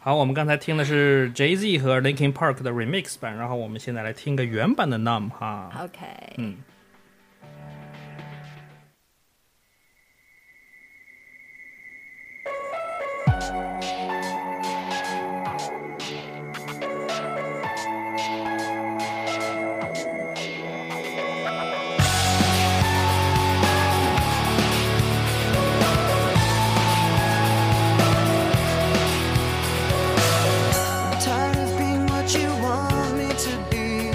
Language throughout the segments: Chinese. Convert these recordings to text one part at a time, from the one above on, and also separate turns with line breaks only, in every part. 好，我们刚才听的是 Jay Z 和 Linkin Park 的 remix 版，然后我们现在来听个原版的 Numb 哈。
OK，
嗯。
Tired of being what you want me to be.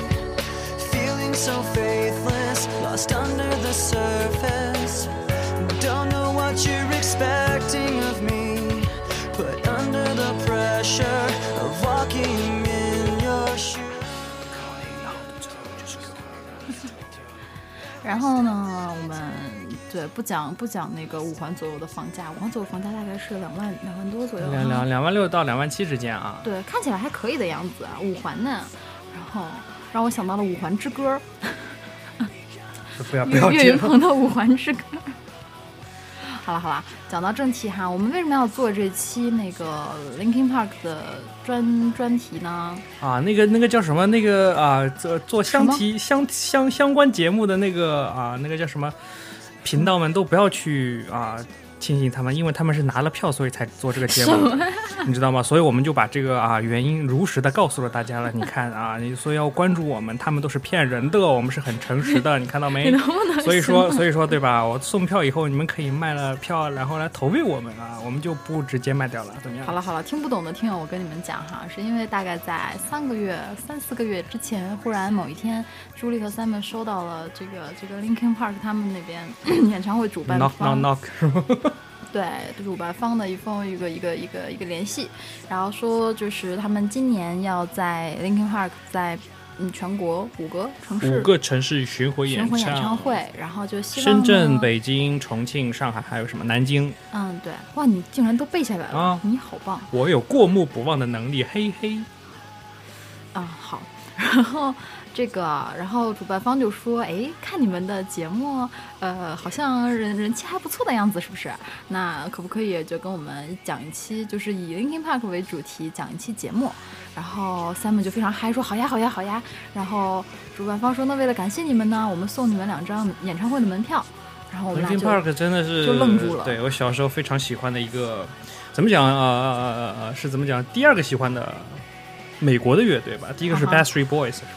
Feeling so faithless, lost under the surface. Don't know what you're expecting of me. But under the pressure of walking in your shoes.
然后呢，我们对不讲不讲那个五环左右的房价，五环左右房价大概是两万两万多左右啊，
两两两万六到两万七之间啊，
对，看起来还可以的样子啊，五环呢，然后让我想到了《五环之歌》
不要不要
岳
这
岳云
样。
鹏的《五环之歌》。 好了好了，讲到正题哈，我们为什么要做这期那个 Linkin Park 的专专题呢？
啊，那个那个叫什么？那个啊，做做相提相相相关节目的那个啊，那个叫什么频道们都不要去啊亲近他们，因为他们是拿了票，所以才做这个节目的， 你知道吗？所以我们就把这个啊原因如实的告诉了大家了。你看啊，你所以要关注我们，他们都是骗人的，哦我们是很诚实的，你看到没？
你能不能
哎 所以
行
说，
吗
所以说，对吧？我送票以后，你们可以卖了票，然后来投喂我们啊，我们就不直接卖掉了，怎么样？
好了好了，听不懂的听友，我跟你们讲哈，是因为大概在三个月、三四个月之前，忽然某一天，朱莉和 Simon 收到了这个这个 Linkin Park 他们那边 演唱会主办
knock
方
knock knock 是 吗？
对主办方的一封一个一个一个一个联系，然后说就是他们今年要在 Linkin Park 在嗯全国五个城市
五个城市巡回
巡
演
回演唱会，然后就希望
深圳、
呢
北京、重庆、上海，还有什么南京？
嗯对，哇你竟然都背下来了，
啊
你好棒！
我有过目不忘的能力，嘿嘿。
啊、好， 然后这个，然后主办方就说，哎，看你们的节目，呃，好像人人气还不错的样子，是不是？那可不可以就跟我们讲一期，就是以 Linkin Park 为主题讲一期节目？然后 Simon 就非常嗨说，好呀，好呀，好呀。然后主办方说，那为了感谢你们呢，我们送你们两张演唱会的门票。然后我们俩
Linkin
就
Park 真的是
就愣住了
对我小时候非常喜欢的一个，怎么讲啊啊啊啊啊？是怎么讲？第二个喜欢的美国的乐队吧，第一个是
啊哈
Backstreet Boys 是吧？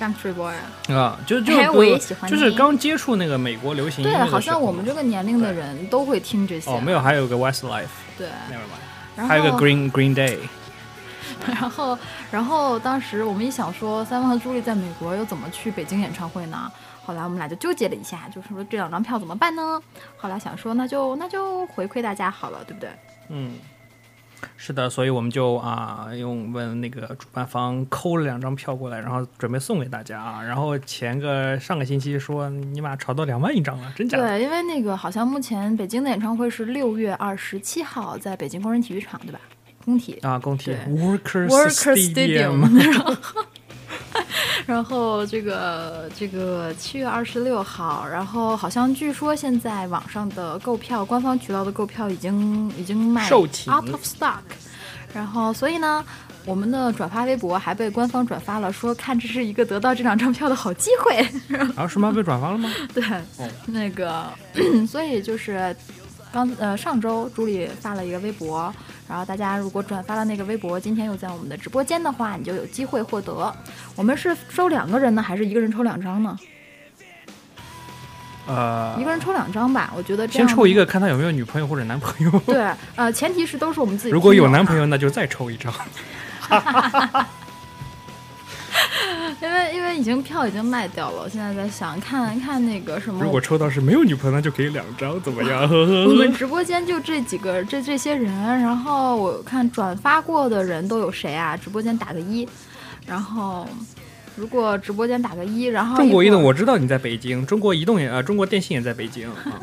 Country Boy，
啊，就就
哎
不
我也喜欢
就是
你
刚接触那个美国流行音
对
乐的
了，
时候，
好像我们这个年龄的人都会听这些。
哦，没有，还有个 Westlife，
对，
那边
然后
还有个 Green Green Day，
然后，然后当时我们一想说，三万和朱莉在美国又怎么去北京演唱会呢？后来我们俩就纠结了一下，就是说这两张票怎么办呢？后来想说，那就那就回馈大家好了，对不对？
嗯，是的，所以我们就啊、用问那个主办方抠了两张票过来，然后准备送给大家啊，然后前个上个星期说尼玛炒到两万一张了，真假的？
对，因为那个好像目前北京的演唱会是六月二十七号在北京工人体育场，对吧？工体
啊，工体
对
Workers
Worker
Stadium，
Stadium，然后然后这个这个七月二十六号，然后好像据说现在网上的购票，官方渠道的购票已经已经卖
售罄
out of stock，然后所以呢。我们的转发微博还被官方转发了，说看这是一个得到这两张票的好机会。
然后什么被转发了啊 吗？
对，
嗯
那个， 所以就是刚呃上周朱莉发了一个微博，然后大家如果转发了那个微博，今天又在我们的直播间的话，你就有机会获得。我们是收两个人呢，还是一个人抽两张呢？
呃
一，个人抽两张吧，我觉得这
先
样
抽一。个看他有没有女朋友或者男朋友，
对，呃，前提是都是我们自 己。
如果有男朋友，那就再抽一张。
哦因为因为已经票已经卖掉了，我现在在想看看那个什么。
如果抽到是没有女朋友，那就可以两张，怎么样？
我们直播间就这几个，这这些人，然后我看转发过的人都有谁啊？直播间打个一，然后如果直播间打个哦一，然后
中国
一
移
会儿
动我知道你在北京，中国移动也呃，中国电信也在北 京。啊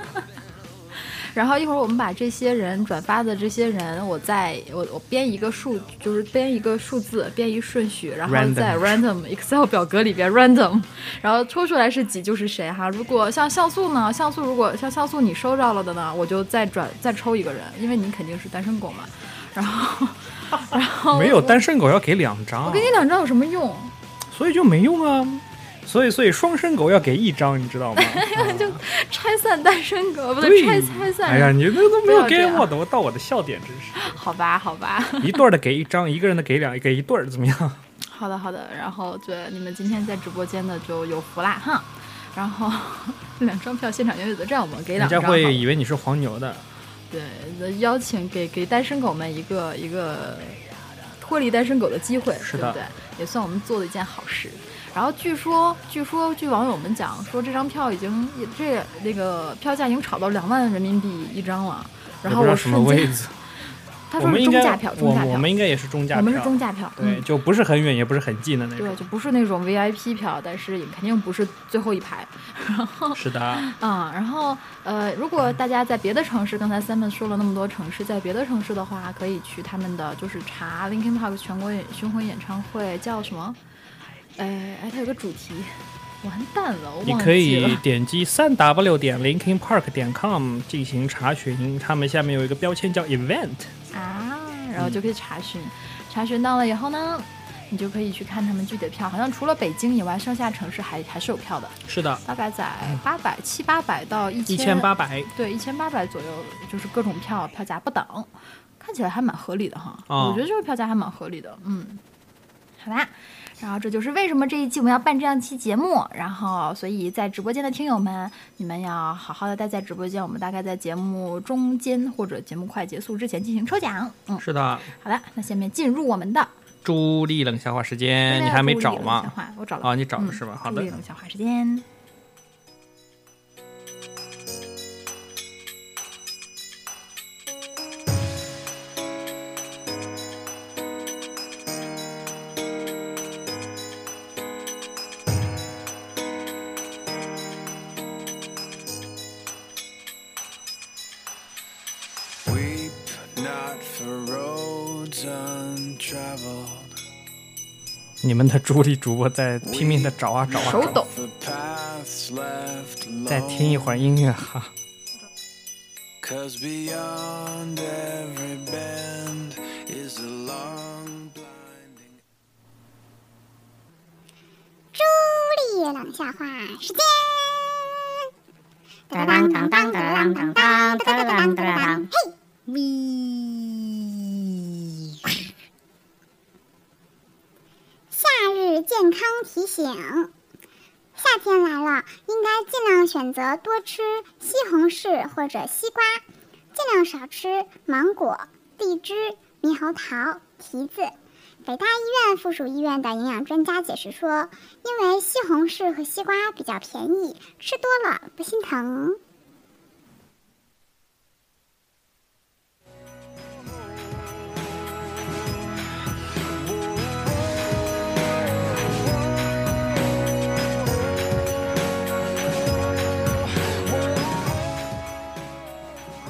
然后一会儿我们把这些人转发的这些人，我再我我编一个数，就是编一个数字，编一顺序，然后
Random
在 random Excel 表格里边 random，然后抽出来是几就是谁哈。如果像像素呢，像素如果像像素你收到了的呢，我就再转再抽一个人，因为你肯定是单身狗嘛。然后，然后
啊没有单身狗要给两
我
张
给，你两张有什么用？
所以就没用啊。所以，所以双身狗要给一张，你知 道吗？
就拆散单身狗，不对，
对，
拆拆散。
哎呀，你那都没有给
不要
我的，我到我的笑点真是。
好吧，好吧。
一对儿的给一张，一个人的给两，给一对儿怎么样？
好的，好的。然后对你们今天在直播间的就有福啦哈。然后 两张票现场优惠的，这样我们给
人
两
家
张好了。
会以为你是黄牛的。
对邀请给给单身狗们一个一个脱离单身狗的机会，
是
对
的
不对？也算我们做的一件好事。然后据说，据说据网友们讲说，这张票已经这那个票价已经炒到两万人民币一张了。然后
也
我
不知道什么
瞬
位
间，
置，
他
我
说
们
是
应
中
该
价票，
我
中价票，
我们应该也是中价票，
我们是中价票，嗯
对，就不是很远，也不是很近的那
对，
种。
就不是那种 VIP 票，但是也肯定不是最后一排。然 后
是 的，
啊、然后呃，如果大家在别的城市，刚才 Simon 说了那么多城市，在别的城市的话，可以去他们的就是查 Linkin Park 全国演巡回演唱会叫什么？哎哎，它有个主题，完蛋了，我
你
忘
可
记了
以点击三 w 点 linkin park 点 com 进行查询，他们下面有一个标签叫 event。
啊，然后
嗯
就可以查询，查询到了以后呢，你就可以去看他们具体的票，好像除了北京以外，剩下城市还还是有票的，
是的，
大概在八百七八百到一
嗯一
千
千八，百
对，一千八百左右，就是各种票票价不等，看起来还蛮合理的哈，
啊
我觉得这个票价还蛮合理的，嗯，好吧。然后这就是为什么这一期我们要办这样一期节目，然后所以在直播间的听友们，你们要好好的待在直播间，我们大概在节目中间或者节目快结束之前进行抽奖，嗯，
是的，
好的，那下面进入我们的
朱莉冷笑话时哎间，你还没找吗？？
我找了
啊，你找了
嗯
是吧？好
注
的
意，冷笑话时间。
Weep not for roads untraveled.
你们的朱莉主播在拼命的找啊找啊
手
找，
抖
For paths left
再听一
alone.
会儿音乐哈。
Cause beyond every bend is a long blinding.
朱丽叶冷笑话时间。当当当当当当当当当当当，嘿，咪。夏日健康提醒：夏天来了，应该尽量选择多吃西红柿或者西瓜，尽量少吃芒果、荔枝、猕猴桃、提子。北大医院附属医院的营养专家解释说，因为西红柿和西瓜比较便宜，吃多了不心疼。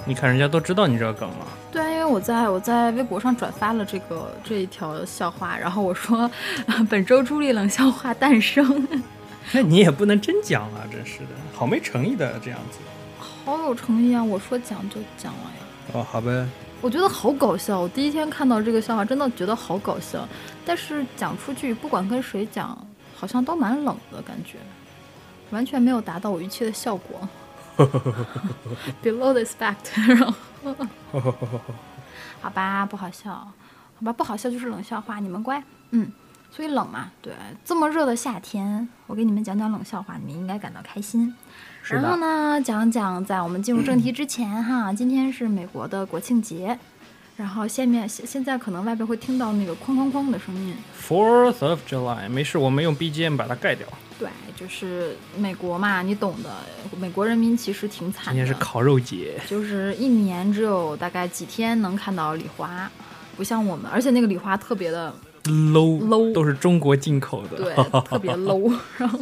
你看人家都知道你这个梗了，
对啊，因为我在我在微博上转发了这个这一条笑话，然后我说 本周朱莉冷笑话诞生，
那你也不能真讲啊，真是的，好没诚意的这样子。
好有诚意啊！我说讲就讲了呀。
哦，好呗，
我觉得好搞笑，我第一天看到这个笑话，真的觉得好搞笑。但是讲出去，不管跟谁讲，好像都蛮冷的感觉，完全没有达到我预期的效果。Below the expect，然 后，好吧，不好笑，好吧，不好笑就是冷笑话，你们乖，嗯。所以冷嘛，对，这么热的夏天，我给你们讲讲冷笑话，你们应该感到开心。
是
然后
的，嗯
呢，讲讲在我们进入正题之前哈，今天是美国的国庆节，然后下面现现在可能外边会听到那个哐哐哐的声音，
Fourth of July，没事，我们用 BGM 把它盖掉。
对，就是美国嘛，你懂的，美国人民其实挺惨
今天是
的，
烤肉节，
就是一年只有大概几天能看到礼花，不像我们，而且那个礼花特别的
low
low
都是中国进口 的，
对，特别 low，然后。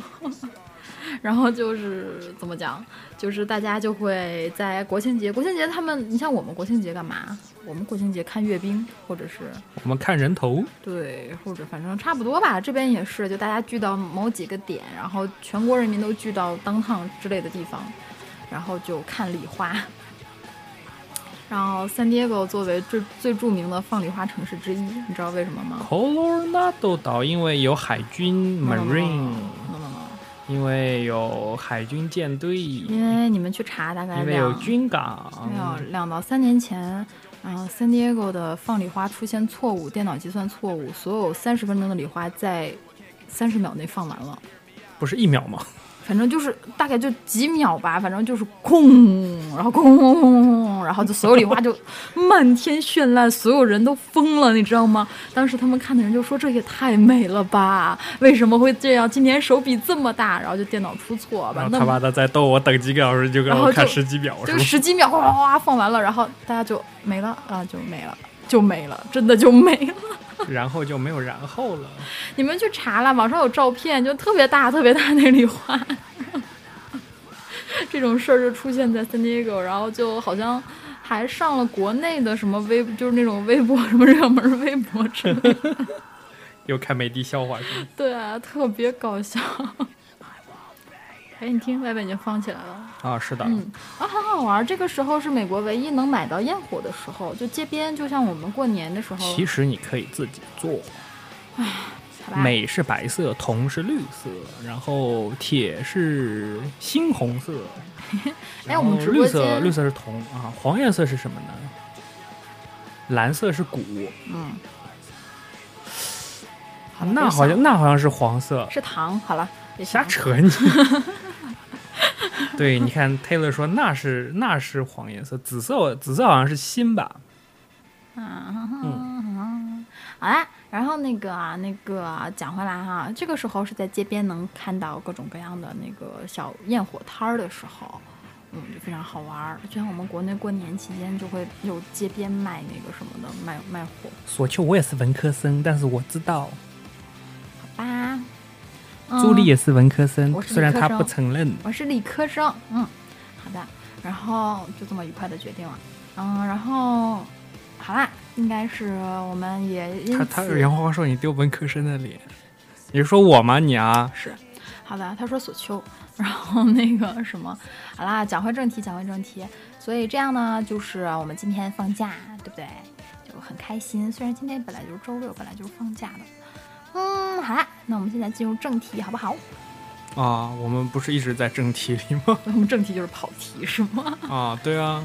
然后就是怎么讲，就是大家就会在国庆节，国庆节他们，你像我们国庆节干嘛？我们国庆节看阅兵，或者是
我们看人头，
对，或者反正差不多吧。这边也是，就大家聚到某几个点，然后全国人民都聚到当趟之类的地方，然后就看礼花。然后，San Diego 作为最最著名的放礼花城市之一，你知道为什么吗
Colorado 岛因为有海军 Marine，
no, no, no.
因为有海军舰队，因
因为你们去查，大概
为有
两
军
没有
港，
啊两到三年前，然后 San Diego 的放礼花出现错误，电脑计算错误，所有三十分钟的礼花在三十秒内放完了，
不是一秒吗？
反正就是大概就几秒吧，反正就是空，然后空，然后就所有礼花就漫天绚烂，所有人都疯了，你知道吗？当时他们看的人就说这也太美了吧，为什么会这样？今年手笔这么大，然后就电脑出错，把
然后
那
他妈的再逗我等几个小时，就让
然
我
后
看
就
十几秒是
就
吧？
十几秒，哗哗哗放完了，然后大家就没了啊，就没了，就没了，真的就没了。
然后就没有然后了。
你们去查了，网上有照片，就特别大、特别大那礼花。 这种事儿就出现在 San Diego，然后就好像还上了国内的什么微，就是那种微博什么热门微博之类的。
又看美的笑话是吗？
对啊，特别搞笑。可以，你听，外面已经放起来了。
啊，是的，
嗯，啊，很好玩儿。这个时候是美国唯一能买到焰火的时候，就街边，就像我们过年的时候，
其实你可以自己做。
好吧
镁是白色，铜是绿色，然后铁是猩红色。
哎我
然后
们直播
绿色
间
绿色是铜啊，黄颜色是什么呢？蓝色是钴，
嗯，好了
那
别
好
想
像那好像是黄色，
是糖。好了，别
瞎
想了。
扯你。 对，你看 Taylor 说那是那是黄颜色，紫色紫色好像是锌吧？
好啦，然后那个啊，那个啊讲回来哈，这个时候是在街边能看到各种各样的那个小焰火摊儿的时候，嗯，就非常好玩儿。就像我们国内过年期间就会有街边卖那个什么的，卖卖火
索秋我也是文科生，但是我知道
吧。
朱莉
嗯
也是文科生，
我是
虽然
文
她
科
不
生
承认。
我是理科生，嗯，好的，然后就这么愉快的决定了，嗯，然后好啦，应该是我们也因
他
此
他原话说你丢文科生的脸，你是说我吗？你啊，
是好的，他说索秋，然后那个什么，好啦，讲回正题，讲回正题，所以这样呢，就是我们今天放假，对不对？就很开心，虽然今天本来就是周六，本来就是放假的，嗯，好啦，那我们现在进入正题，好不 好？
啊，我们不是一直在正题里吗？
我们正题就是跑题，是吗？
啊，对啊，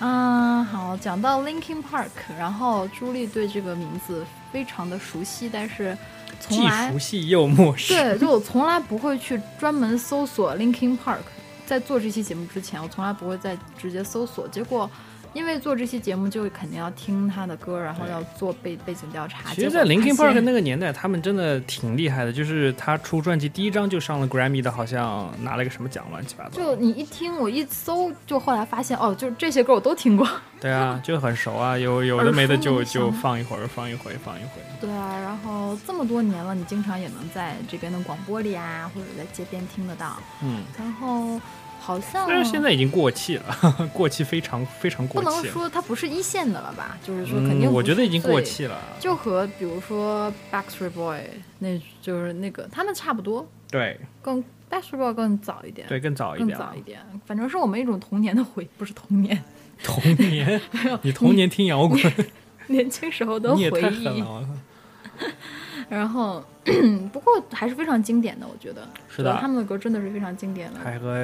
嗯，好，讲到 Linkin Park，然后朱莉对这个名字非常的熟悉，但是从
既
来
熟悉又陌生。
对，就啊 我从来不会去专门搜索 Linkin Park。在做这期节目之前，我从来不会再直接搜索，结果因为做这期节目就肯定要听他的歌，然后要做背背景调查。
其实，
结
在
果
Linkin
发
Park
现
那个年代，他们真的挺厉害的。就是他出专辑第一张就上了 Grammy 的，好像拿了个什么奖，乱七八糟。
就你一听，我一搜，就后来发现哦，就是这些歌我都听过。
对啊，就很熟啊，有有
嗯耳
的
熟
没的
能
就
详
就放一会儿，放一会儿，放一会儿。
对啊，然后这么多年了，你经常也能在这边的广播里啊，或者在街边听得到。
嗯，
然后好像
但是现在已经过气了， 过气非常非常
不
过
能
气了。
说它不是一线的了吧？就是说肯定、
嗯，我觉得已经过气
了。
了。
就和比如说 Backstreet Boy，那就是那个他们差不多，
对
更 Backstreet Boy 更早一点，
对，更早一
更
点了。啊
早一点。反正是我们一种童年的回，不是童年，
童年，你童年听摇滚，
年轻时候的
你也
回
太狠
忆
了。我操！
然后， 不过还是非常经典的，我觉得。
是的
他们的歌真的是非常经典的。
还和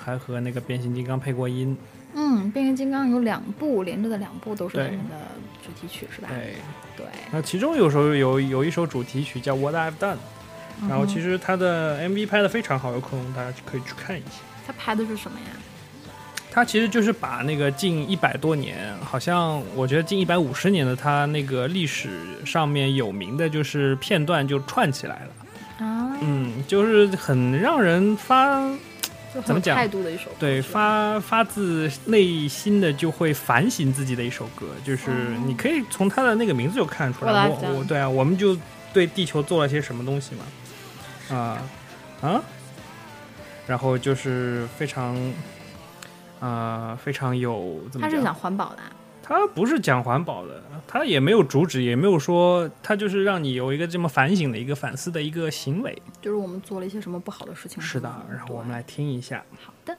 还和那个变形金刚配过音，
嗯，变形金刚有两部连着的两部都是他
对
们的主题曲是吧？
对。
对
哎那其中有首有有一首主题曲叫《What I've Done》，然后
嗯
其实它的 MV 拍的非常好，有空大家可以去看一下。
他拍的是什么呀？
它其实就是把那个近一百多年，好像我觉得近一百五十年的它那个历史上面有名的就是片段就串起来了，
啊，
嗯，就是很让人发
就很
怎
有
么讲
态度的一首歌
对，
是
发
吧
发自内心的就会反省自己的一首歌，就是你可以从它的那个名字就看出来，
What I've
哦我我
done
对啊，我们就对地球做了些什么东西嘛，啊、啊，然后就是非常，呃，非常有怎么
他是
讲
讲？环保的啊，
它不是讲环保的，它也没有主旨，也没有说它就是让你有一个这么反省的一个反思的一个行为。
就是我们做了一些什么不好的事情。
是的
吗，
然后我
对
们来听一下。
好的。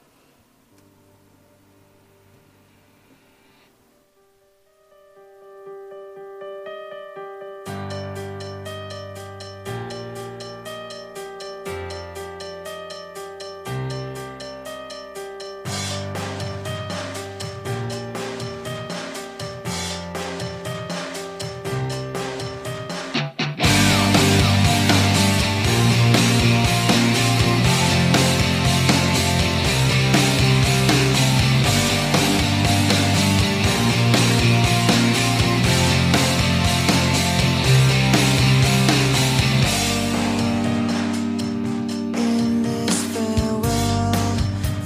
In this farewell,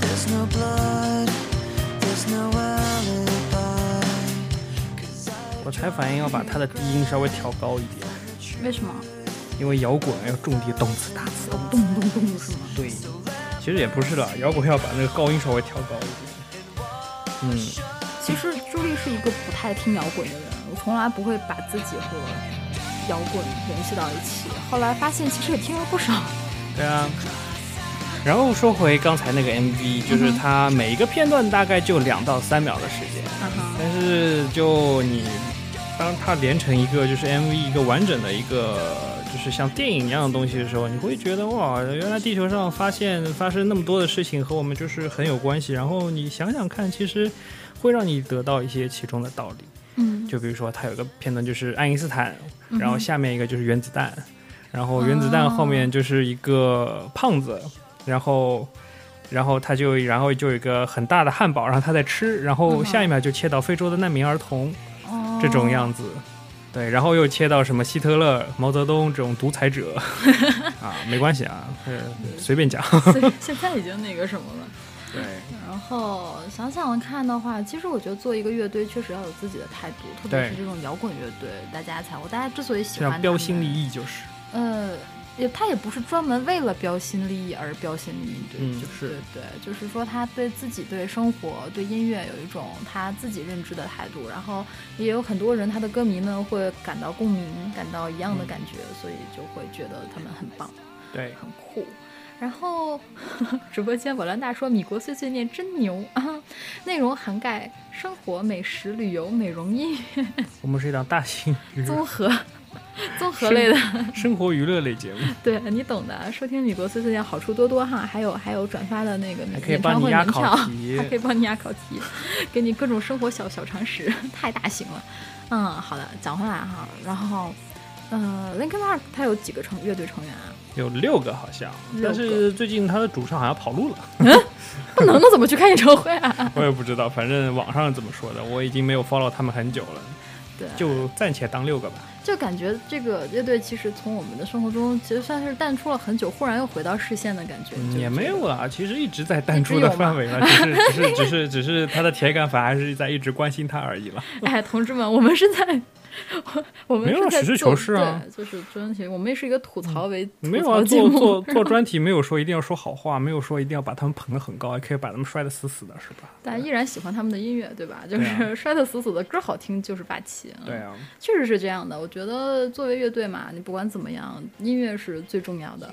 there's no blood, there's no alibi. 'Cause I
我才反应要把它的低音稍微调高一点。
为什么？
因为摇滚要重地动次打次，
咚咚咚是吗？
对，其实也不是的，摇滚要把那个高音稍微调高一点。嗯，
其实朱莉是一个不太听摇滚的人，我从来不会把自己和摇滚联系到一起。后来发现其实也听了不少，
对啊，然后说回刚才那个 MV，就是它每一个片段大概就两到三秒的时间，
嗯哼，
但是就你当它连成一个就是 MV 一个完整的一个就是像电影一样的东西的时候，你会觉得哇，原来地球上发现发生那么多的事情和我们就是很有关系。然后你想想看，其实会让你得到一些其中的道理。
嗯，
就比如说，它有个片段就是爱因斯坦，
嗯哼
然后下面一个就是原子弹，然后原子弹后面就是一个胖子，然后。然后他就，然后就有一个很大的汉堡，然后他在吃，然后
嗯哼
下一秒就切到非洲的难民儿童
哦
这种样子，对，然后又切到什么希特勒、毛泽东这种独裁 者啊，没关系啊，呃随便讲，
所以现在已经那个什么了。
对，
哦然后想想看的话，其实我觉得做一个乐队确实要有自己的态度，特别
对
是这种摇滚乐队，大家才会。大家之所以喜
这
欢
样
他
标
们
新立，异就是，
呃，也他也不是专门为了标新立异而标新立异，对，
嗯
就是对，就是说他对自己、对生活、对音乐有一种他自己认知的态度，然后也有很多人他的歌迷们会感到共鸣，感到一样的感觉，所以就会觉得他们很棒。
对，
很酷。然后 直播间瓦兰达说：“米国碎碎念真牛啊！内容涵盖生活、美食、旅游、美容、音乐、
我们是一档大型 娱
综
乐
合、综合类的，
生活娱乐类节目，
对你懂的。收听米国碎碎念好处多多哈，还有还有转发的那个
还可以
演
帮
唱
你
会
押
门
考
票，
题
还可以帮你押考题，给你各种生活小小常识，太大型了。嗯，好的，讲回来哈，然后。”呃，Linkin Park 它有几个成乐队成员啊？
有六个好像，
六
但
个
是最近他的主唱好像跑路了，
不能，那怎么去看演唱会啊？
我也不知道，反正网上怎么说的，我已经没有 follow 他们很久了，
对，
就暂且当六个吧。
就感觉这个乐队其实从我们的生活中，其实算是淡出了很久，忽然又回到视线的感觉。
嗯
就
也
是
没有啦，其实一直在淡
一直
出的
有吗
范围了，只是只是只是只是他的铁杆粉还是在一直关心他而已 了。
哎，同志们，我们是在，我我们
没有啊
是在
实事
做
求是啊
对就是专题，我们也是一个吐槽为、
没有
吐
啊，
槽节
做
目
做 做专题没有说一定要说好话，没有说一定要把他们捧得很高，也可以把他们摔得死死的，是吧？
但依然喜欢他们的音乐，对吧？就
对啊
是摔得死死的，歌好听就是霸气。
对，啊，
确实是这样的。我觉得作为乐队嘛，你不管怎么样，音乐是最重要的。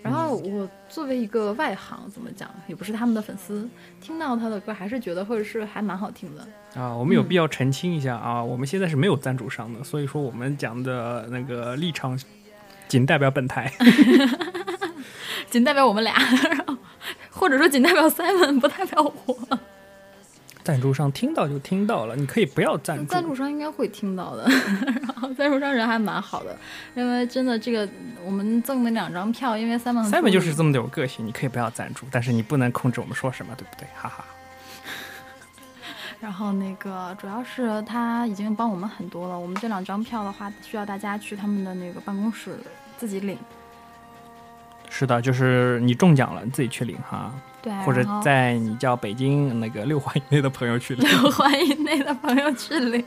然后
嗯
我作为一个外行，怎么讲，也不是他们的粉丝，听到他的歌还是觉得或者是还蛮好听的。
啊，我们有必要澄清一下啊，
嗯
我们现在是没有赞助商的，所以说我们讲的那个立场仅代表本 台。
仅代表我们俩， 然后或者说仅代表 Simon，不代表我。
赞助商听到就听到了，你可以不要赞助。
赞助商应该会听到的，然后赞助商人还蛮好的，因为真的这个我们赠的两张票，因为 Simon 很
Simon 就
注
是
意
这么的有个性，你可以不要赞助，但是你不能控制我们说什么，对不对？哈哈。
然后那个主要是他已经帮我们很多了，我们这两张票的话，需要大家去他们的那个办公室自己领，
是的，就是你中奖了，你自己去领哈，
对，
或者
然后
在你叫北京那个六环以内的朋友去领。
六环以内的朋友去领。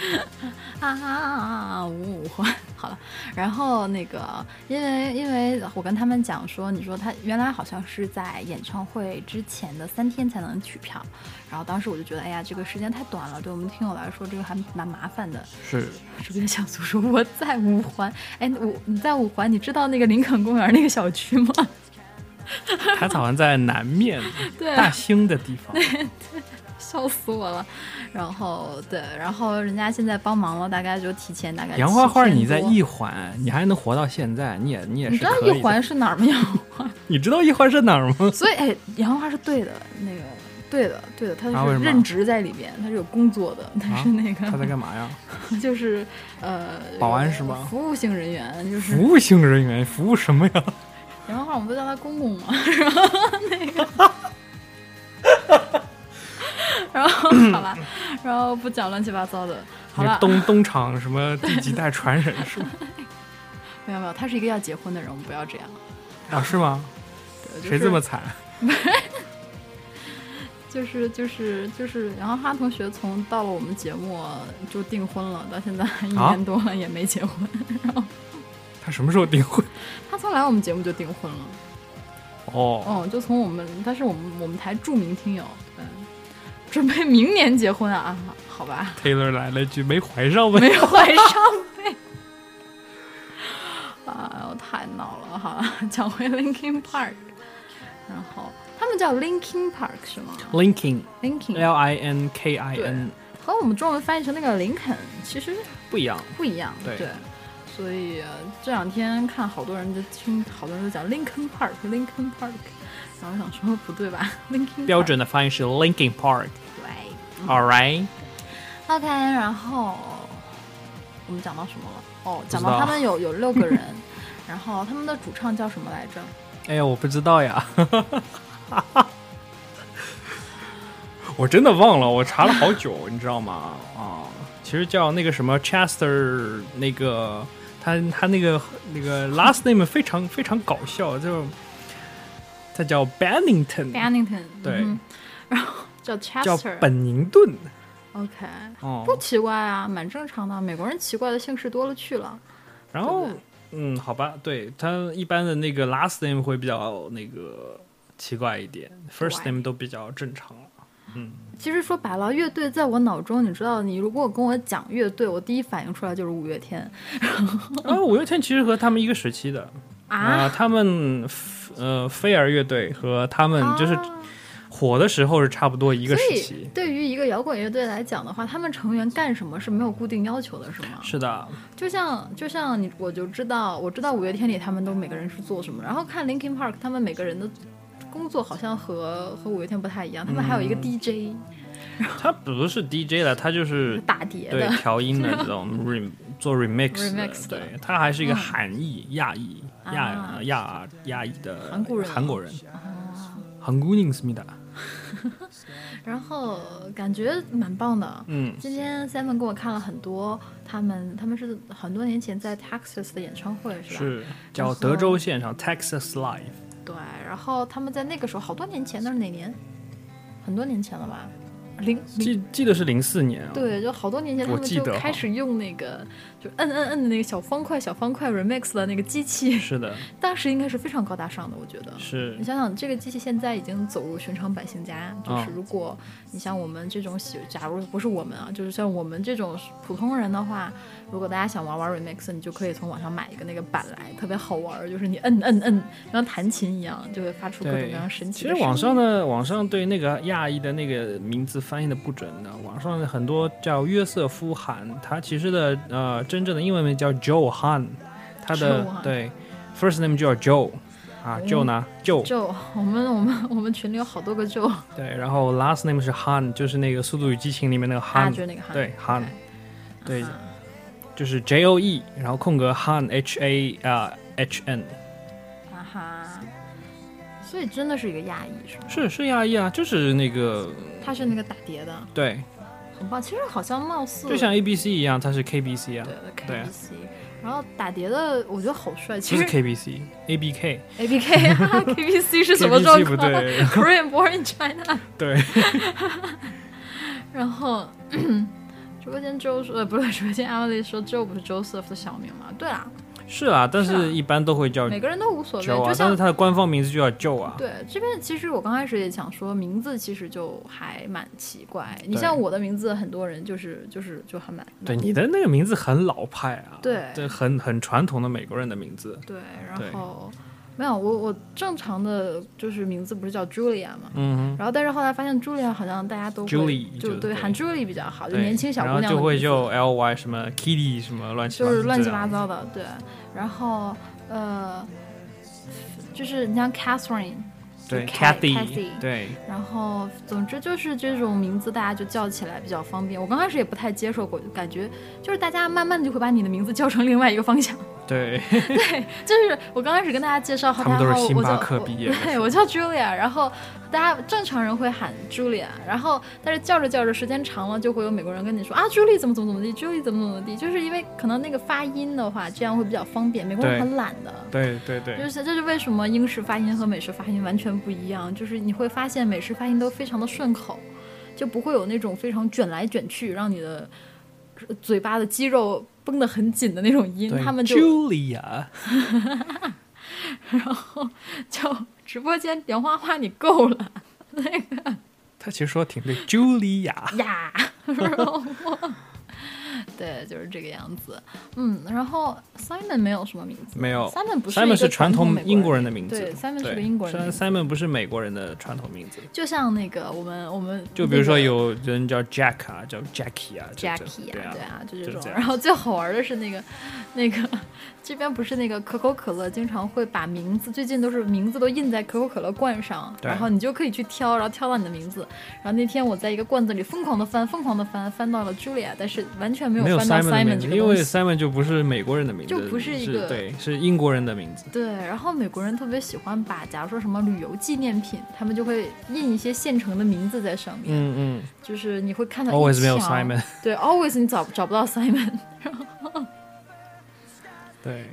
啊啊啊啊！五五环好了，然后那个，因为因为我跟他们讲说，你说他原来好像是在演唱会之前的三天才能取票，然后当时我就觉得，哎呀，这个时间太短了，对我们听友来说，这个还蛮麻烦的。
是，
这边小苏说我在五环，哎，我你在五环，你知道那个林肯公园那个小区吗？
他好像在南面
对
大兴的地方。
笑死我了。然后对，然后人家现在帮忙了，大概就提前大概
杨花花，
7天
你在
多
一环，你还能活到现在，你也你也是
你知道
可以的
一，环是哪儿吗？ 杨花，
你知道一环是哪 儿吗？
所以哎，杨花是对的，那个对的，对的，他
啊为
是
什么
任职在里边，他是有工作的，他是那
他在
个、
干嘛呀？
就是呃
保安是吗
服务性人员就是
服务性人员，服务什么呀？
杨花，我们不叫他公公吗？ 然后那个，然后好吧，然后不讲乱七八糟的，
你
好
是
了，
东东厂什么第几代传人是吗？
没有没有，他是一个要结婚的人，我们不要这样。
啊，是 吗？
对呃就是
谁这么惨？
就是就是就是，然后哈同学从到了我们节目就订婚了，到现在一
啊
年多了也没结婚。
他什么时候订婚？
他从来我们节目就订婚了，
哦，
哦，就从我们他是我们我们台著名听友，对，准备明年结婚啊，啊好吧，
Taylor 来了一句没怀上呗
没。怀上呗。啊，我太闹了哈！讲回 Linkin Park，然后他们叫 Linkin Park 是吗
Linkin
？Linkin
L I N K I N
和我们中文翻译成那个林肯其实
不一样。
不一样，
对
所以呃这两天看好多人就听，好多人都讲 Linkin Park，Linkin Park，然后我想说不对吧，Linkin
标准的发音是 Linkin Park。
对
All right，
OK，然后我们讲到什么了？哦，讲
不知
到
道
他们有有六个人， 然后他们的主唱叫什么来着？
哎呀，我不知道呀， 我真的忘了，我查了好久，你知道吗？啊，其实叫那个什么 Chester，那个他他那个那个 last name 非常非常搞笑，就他叫 Bennington，
Bennington，
对
嗯然后叫 Chester，
叫本宁顿。
OK，
哦，
不奇怪啊，蛮正常的。美国人奇怪的姓氏多了去了。
然后
对不对，
嗯，好吧，对他一般的那个 last name 会比较那个奇怪一点，first name 都比较正常了。
其实说白了，乐队在我脑中，你知道，你如果跟我讲乐队，我第一反应出来就是五月天
然啊后五月天其实和他们一个时期的啊、
嗯啊。
他们呃飞儿乐队和他们就是
啊
火的时候是差不多一个
所
时
以
期，。
对于一个摇滚乐队来讲的话，他们成员干什么是没有固定要求的，是吗？
是的，
就像就像你，我就知道，我知道五月天里他们都每个人是做什么，然后看 Linkin Park 他们每个人的工作好像和和五月天不太一样，他们还有一个
嗯
DJ、
他不是 DJ 了，他就是
打碟
对
的，
调音的这种 rem 做 remix，的
remix 的
对，
嗯
他还是一个韩裔、亚裔、
啊
亚亚亚裔的
韩国人啊
韩国人，韩国人思密达，
然后感觉蛮棒的。
嗯。
今天 Seven 给我看了很多他们他们是很多年前在 Texas 的演唱会是吧？
是
然
叫
后
德州现场 Texas Live，
对，然后他们在那个时候好多年前，那是哪年？很多年前了吧？零零
记记得是零四年啊。，
对，就好多年前他
我
们
记
就
得哈
开始用那个就摁摁摁的那个小方块小方块 remix 的那个机器，
是的，
当时应该是非常高大上的，我觉得。
是
你想想，这个机器现在已经走入寻常百姓家。就是
嗯
如果你像我们这种喜，假如不是我们啊，就是像我们这种普通人的话，如果大家想玩玩 remix，你就可以从网上买一个那个板来，特别好玩儿，就是你摁摁摁，像弹琴一样，就会发出各种各
对
样神。奇
其
的
实
声音。
网上呢，网上对那个亚裔的那个名字翻译的不准的，网上很多叫约瑟夫·韩，他其实的呃真正的英文名叫 Joe Han，他
Joe Han 嗯
的对 first name 就叫 Joe。啊，Joe 呢？Joe
就我们我们我们群里有好多个就
对，然后 last name 是 Han，就是那个《速度与激情》里面那个
啊
Han，
就是那个哈
对 Han，对
啊
就是 J O E，然后空格 Han H A 啊 H N，
哈啊哈，所以真的是一个亚裔是吗？
是是亚裔啊，就是那个
他是那个打碟的，
对，
很棒。其实好像貌似
就像 A B C 一样，它是 K B C 啊，
嗯对
对
KBC，然后打碟的我觉得好帅。
不
其
是
实
K B C，A B K，
ABK 啊 KBC 是 什么状
KBC 不
况
对
？Korean born in China。
对，
然后嗯直播间 Joe 说，呃，不是直播间 Emily 说 Joe 不是 Joseph 的小名吗？对啊，
是啊，但
是啊
是一般都会叫
每个人都无所谓，
Joe
就
啊，但
像
是它的官方名字就叫 Joe 啊，
对，这边其实我刚开始也想说，名字其实就还蛮奇怪。你
对
像我的名字，很多人就是就是就还蛮
对，你的那个名字很老派啊，
对
对，很很传统的美国人的名字，
对，
对
然后没有我我正常的就是名字不是叫 Julia 嘛，
嗯哼
然后但是后来发现 Julia 好像大家都会
Julie
就
就
对
对
喊 Julie 比较好，就
对，
年轻小
然
姑
后
娘
就
的
会
名字
就 L Y 什么 Kitty 什么乱七
就是乱七八
这样，
糟的，对。然后呃，就是你像 Catherine，
对
Cat- Cathy
，Cathy，对，
然后总之就是这种名字大家就叫起来比较方便。我刚开始也不太接受过，感觉就是大家慢慢的就会把你的名字叫成另外一个方向。
对，
就是我刚开始跟大家介绍，
他们都是
大家好
星巴
我叫
克
我
毕业的
对，我叫 Julia，然后大家正常人会喊 Julia，然后但是叫着叫着时间长了，就会有美国人跟你说啊 Julie 怎么怎么怎么地，Julie 怎么怎么地，就是因为可能那个发音的话，这样会比较方便。美国人
对
很懒的。
对对对
就是，这是为什么英式发音和美式发音完全不一样。就是你会发现美式发音都非常的顺口，就不会有那种非常卷来卷去，让你的嘴巴的肌肉绷得很紧的那种音。
对
他们就
Julia，
然后就直播间杨花花你够了，那个
他其实说挺对，Julia，
呀，然后 对，就是这个样子。嗯，然后 Simon 没有什么名字，
没有
Simon 不是一
Simon
个
是传
统
统
美
英国人
人，
的名字，
对，Simon 是
对
个英国人的名字
虽然 Simon 不是美国人的传统名字，
就像那个我们我们
就比如说。有人叫 Jack 啊，叫 Jackie 啊
j
这
a c
这
k i e
对
啊，对啊，就这
就
种。
这样
然后最好玩的是那个，那个这边不是那个可口可乐经常会把名字，最近都是名字都印在可口可乐罐上，
对
然后你就可以去挑，然后挑到你的名字。然后那天我在一个罐子里疯狂的翻，疯狂的翻，翻到了 Julia，但是完全没
没有
翻到
Simon 的
Simon
名
这
字，
个
因
东
为
西。
Simon 就不是美国人的名字，
就不是一个
对，是英国人的名字。
对，然后美国人特别喜欢把，假如说什么旅游纪念品，他们就会印一些现成的名字在上面，
嗯
就是你会看
嗯
到
，always
一
没有
墙
Simon，
对，always 你找找不到 Simon，
对。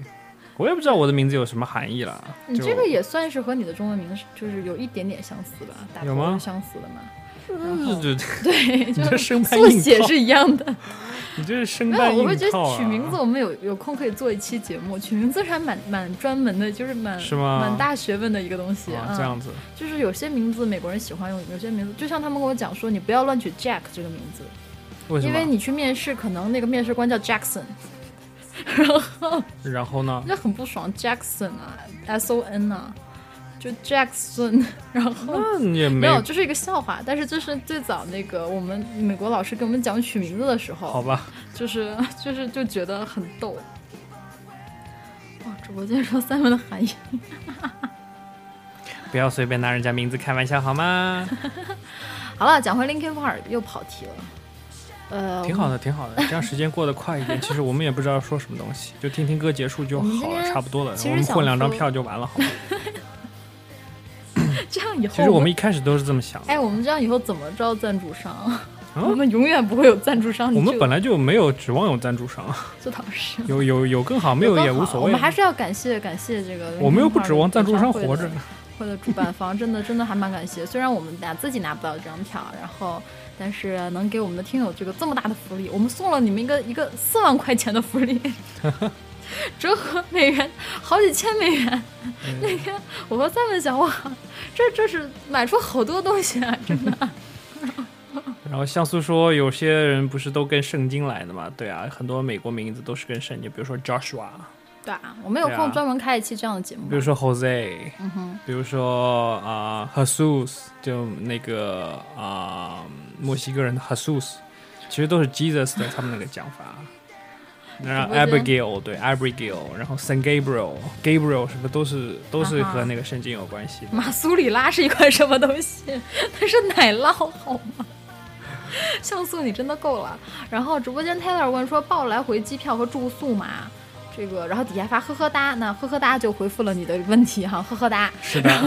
我也不知道我的名字有什么含义了。
你
就
这个也算是和你的中文名是就是有一点点相似吧，打
有
头
吗
是相似的嘛，哦
嗯就
对，
你这
就
生搬
速
硬
写
套，
是一样的。
你这是生
没有，
搬硬套、啊。
我会觉得取名字，我们有有空可以做一期节目，取名字是还蛮蛮专门的，就是蛮
是吗
蛮大学问的一个东西
啊，这样子。
就是有些名字美国人喜欢用，有些名字就像他们跟我讲说，你不要乱取 Jack 这个名字，
为什
因
么？
为你去面试，可能那个面试官叫 Jackson，然后
然后呢？
就很不爽 Jackson 啊，S O N 啊，就 Jackson，然 后。
那嗯也没
没有，这是一个笑话。但是这是最早那个我们美国老师给我们讲取名字的时
好
候，
吧？
就是就是就觉得很逗。哇，直播间说三文的含义，
不要随便拿人家名字开玩笑好 吗？
好了，讲回 Linkin Park 又跑题了。呃，
挺好的，挺好的，这样时间过得快 一点。其实我们也不知道说什么东西，就听听歌结束就
我们
好
今
了，
天
差不多了。
其
我
实
们
想
混两张
说
票就完了，好吗？
这样以后
其实我们一开始都是这么想的。
哦哎，我们这样以后怎么招赞助商？
啊
我们永远不会有赞助商。
我
你
们
这
本来就没有指望有赞助商，
这倒是
有有有更好，没有
更
也
好
无所谓。
我们还是要感谢感谢这个 Linkin Park 的演唱会的。
我们又不指望赞助商活着。
会的主办方真的真的还蛮感谢，虽然我们俩自己拿不到这张票，然后但是能给我们的听友这个这么大的福利，我们送了你们一个一个四万块钱的福利，折合美元好几千美元。
嗯
那天我和三文想，哇，这这是买出好多东西啊， 真的。
然后像素说，有些人不是都跟圣经来的嘛？对啊，很多美国名字都是跟圣经，比如说 Joshua，
对啊，我们有
对啊
空专门开一期这样的节目
比。如说 Jose，、比
嗯
如说啊、Jesus，就那个啊、墨西哥人的 Jesus，其实都是 Jesus 的他们那个讲法。然后
直播
Abigail 对 Abigail，然后 San Gabriel、Gabriel 什么都是都是
啊哈
和那个圣经有关系的。
马苏里拉是一款什么东西？ 它是奶酪好吗？像素你真的够了。然后直播间 Taylor 问说报来回机票和住宿吗？这个，然后底下发呵呵哒，那呵呵哒就回复了你的问题哈，呵呵哒。
是的，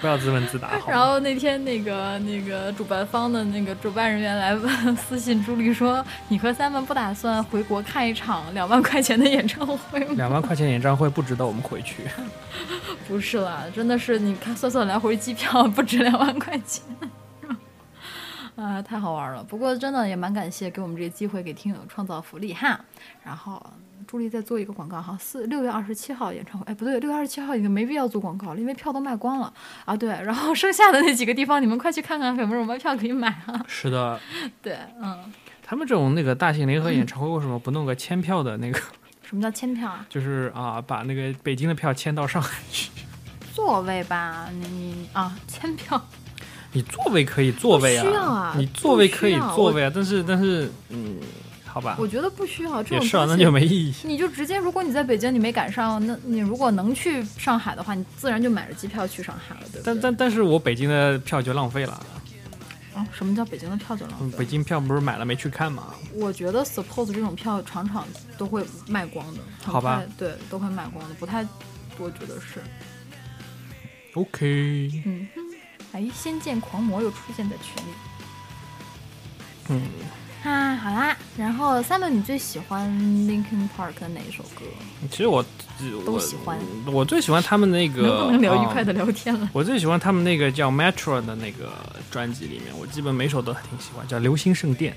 不要自问自答好
然
吗？
后那天那个那个主办方的那个主办人员来问私信朱莉说，你和三文不打算回国看一场两万块钱的演唱会吗？
两万块钱演唱会不值得我们回 去。
不是啦，真的是你看算算来回机票不止两万块钱，啊，太好玩了。不过真的也蛮感谢给我们这个机会，给听友创造福利哈。然后朱莉再做一个广告哈，四六月二十七号演唱会，哎不对，六月二十七号已经没必要做广告了，因为票都卖光了啊。对，然后剩下的那几个地方你们快去看看有没有什么票可以买啊。
是的，
对，嗯，
他们这种那个大型联合演唱会为什么不弄个签票的那个？
什么叫签票啊？
就是啊，把那个北京的票签到上海去。
座位吧，你你啊，签票。
你座位可以座位啊，
不需要啊
你座位可以
不需要
座位啊，但是但是嗯，好吧
我，觉得不需要这
也
种
是啊，
东
那
西
就没意义。
你就直接，如果你在北京你没赶上，那你如果能去上海的话，你自然就买着机票去上海了，对不对？
但但但是我北京的票就浪费了，
哦，什么叫北京的票就浪
嗯
费？
北京票不是买了没去看吗？
我觉得 suppose 这种票场场都会卖光的，很
好吧
快？对，都会卖光的，不太，我觉得是。
OK，
嗯，哎，《仙剑狂魔》又出现在群里。
嗯，
啊，好啦，然后三本，你最喜欢 Linkin Park 的哪一首歌？
其实我
都喜欢
我，我最喜欢他们那个
能不能聊愉
嗯
快的聊天了？
我最喜欢他们那个叫 Metro 的那个专辑里面，我基本每首都挺喜欢，叫《流星圣殿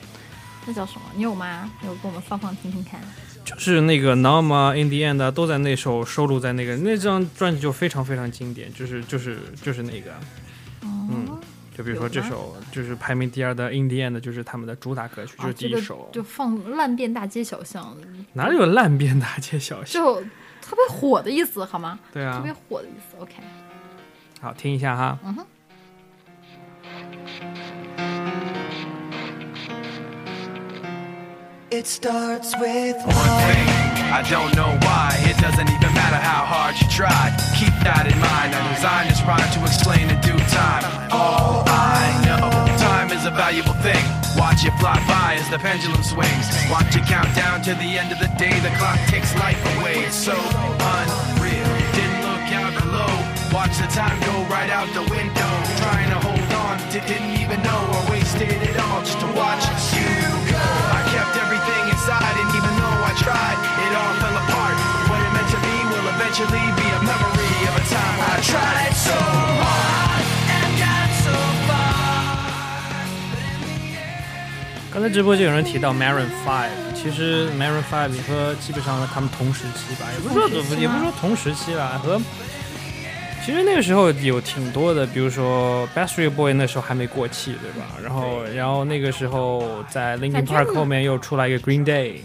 那叫什么？你有吗？有给我们放放听听看。》，啊
就是那个 Norma、In the End 啊都在那首收录在
哦
那个那张专辑就非常非常经典，就是就是就是那个，嗯，就比如说这首就是排名第二的《In the End》，就是他们的主打歌曲，就
啊，
是第
这
一
个
首。
就放烂遍大街小巷，
哪有烂遍大街小巷？
就特别火的意思，好吗？
对啊
特别火的意思。OK，
好，听一下哈。
嗯哼。
It starts with why.
I don't know why, it doesn't even matter how hard you try. Keep that in mind. I designed this rhyme to explain in due time. All I know, time is a valuable thing. Watch it fly by as the pendulum swings. Watch it count down to the end of the day. The clock takes life away. It's so unreal. Didn't look out below. Watch the time go right out the window. Trying to hold on to didn't even know. I wasted it all just to watch you go. I kept everything inside, and even though I tried, it all fell apart. What it meant to be will eventually be a memory of a time I tried so hard and got so far.
刚才直播就有人提到 Maroon Five，其实 Maroon Five 你说基本上和他们同时期吧，也不是说
同时期吗
也不是说同时期吧，和其实那个时候有挺多的，比如说 Backstreet Boy 那时候还没过气，对吧？然后然后那个时候在 Linkin
反正
Park 后面又出来一个 Green Day，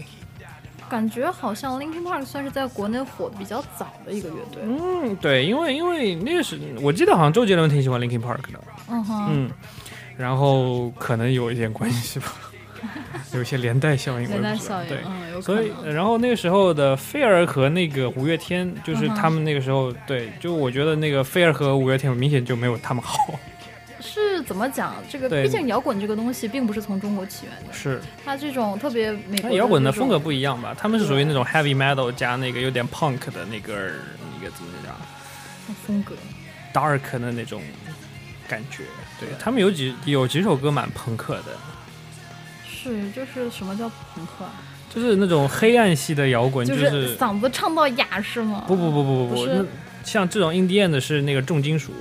感觉好像 Linkin Park 算是在国内火的比较早的一个乐队。
嗯，对，因为因为那个是我记得好像周杰伦挺喜欢 Linkin Park 的，
嗯哼，
嗯，然后可能有一点关系吧，有一些连带效应，我也
连
不
带
知道
效
啊
应
对，，
嗯，有可
所以，
能。
呃然后那个时候的菲儿和那个五月天，就是他们那个时候，对，就我觉得那个菲儿和五月天明显就没有他们 好。
是怎么讲？这个
对
毕竟摇滚这个东西并不是从中国起源的，
是，
它这种特别美国
那摇滚的
这种
风格不一样吧？他们是属于那种 heavy metal 加那个有点 punk 的那个那个怎么讲
风格，
dark 的那种感觉。对他们有几有几首歌蛮朋克的，
是就是什么叫朋克啊？
就是那种黑暗系的摇滚，嗯就是
是嗓子唱到哑是吗？
不不不不不
不
不，
是
那像这种 Indian 的是那个重金属，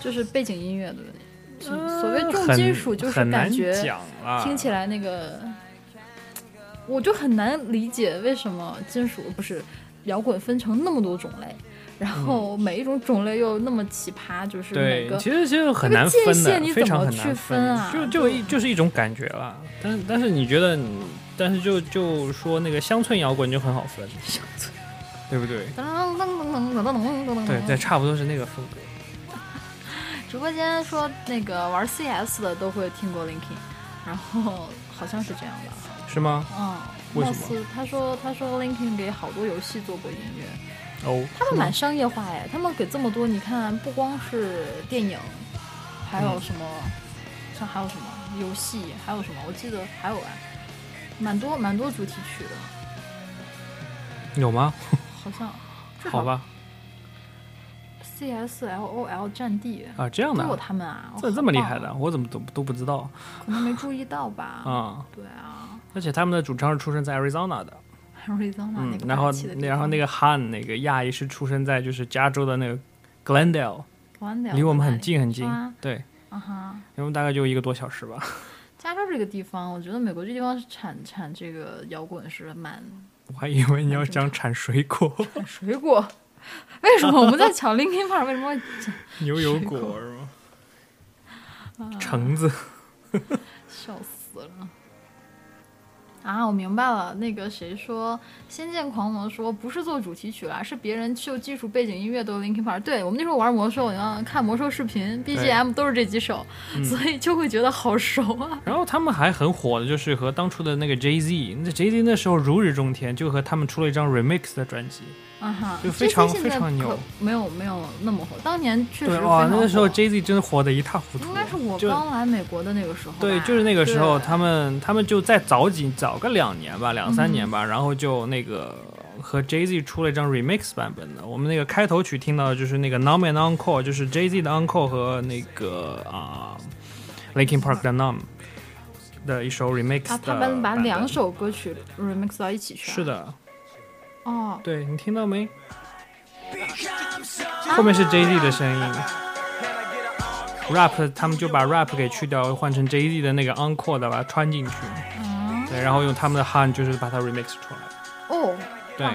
就是背景音乐的问题。
呃
所谓重
很
金属就是
很
感
难
觉
讲啊，
听起来那个，我就很难理解为什么金属不是摇滚分成那么多种类，然后每一种种类又那么奇葩，就是每
对，
个
其实其实很
这个
难
界
分
限
的
你，
非
怎
常
么
很
去
难
分啊
就就一就是一种感觉啦。但但是你觉得你，但是就就说那个乡村摇滚就很好分，乡村，对不对？
噔噔噔噔噔噔噔噔噔。
对对，差不多是那个风格。
直播间说那个玩 CS 的都会听过 Linkin，然后好像是这样吧，
是吗？
嗯。
为
貌
什么
似他说他说 Linkin 给好多游戏做过音乐，
哦，
他们蛮商业化哎，他们给这么多，你看不光是电影，还
嗯
有什么，像还有什么游戏，还有什么，我记得还有啊，蛮多蛮多主题曲的，
有吗？
好像至
好
少
吧，
C S L O L 战地
啊，这样
都
的
有
啊，
他们啊，
这
哦
这么厉
好棒
害的，我怎么都都不知道
可能没注意到吧？
啊！
对啊
而且他们的主唱是出生在 Arizona 的，
，Arizona 那
嗯
个，
然后
霸气的
然后那
个
个 Han 那个亚裔是出生在就是加州的那个 Glendale，离我们很近很近
啊，
对，
啊哈。
因为我们大概就一个多小时吧。
加州这个地方，我觉得美国这地方是产产这个摇滚是蛮
我还以为你要讲产水果、
水果。为什么我们在抢 Linkin Park？为什么会
牛油果
水嗯
是吗？橙子，
笑死了。啊，我明白了。那个谁说《仙剑狂魔》说不是做主题曲啦，是别人秀技术背景音乐都 Linkin Park。对我们那时候玩魔兽，你要看魔兽视频，BGM 都是这几首，
嗯
所以就会觉得好熟啊。
然后他们还很火的，就是和当初的那个 Jay Z，那 Jay Z 那时候如日中天，就和他们出了一张 remix 的专辑，
啊哈，
就非常
JC 现在
非常牛
可没有没有那么火，当年确实
对
非常
哇、那个时候
火
Jay Z 真的火的一塌糊涂，
应该是我
就
刚来美国的那个时候吧。
对，就是那个时候，
对
他们他们就再早几早个两年吧，两
嗯
三年吧，然后就那个和 Jay Z 出了一张 remix 版本的。我们那个开头曲听到的就是那个 Numb and Encore，就是 Jay Z 的 Encore 和那个啊、Linkin Park 的 Numb 的一首 remix
啊，
的
他们把
版本
两首歌曲 remix 到一起去了。
是的，
哦，
对你听到没？
Become so
后面是 Jay Z 的声音。rap 他们就把 rap 给去掉，换成 Jay Z 的那个 encore 的，把它穿进去，
啊，
对，然后用他们的 Han 就是把它 remix 出来。
哦，
对
哇，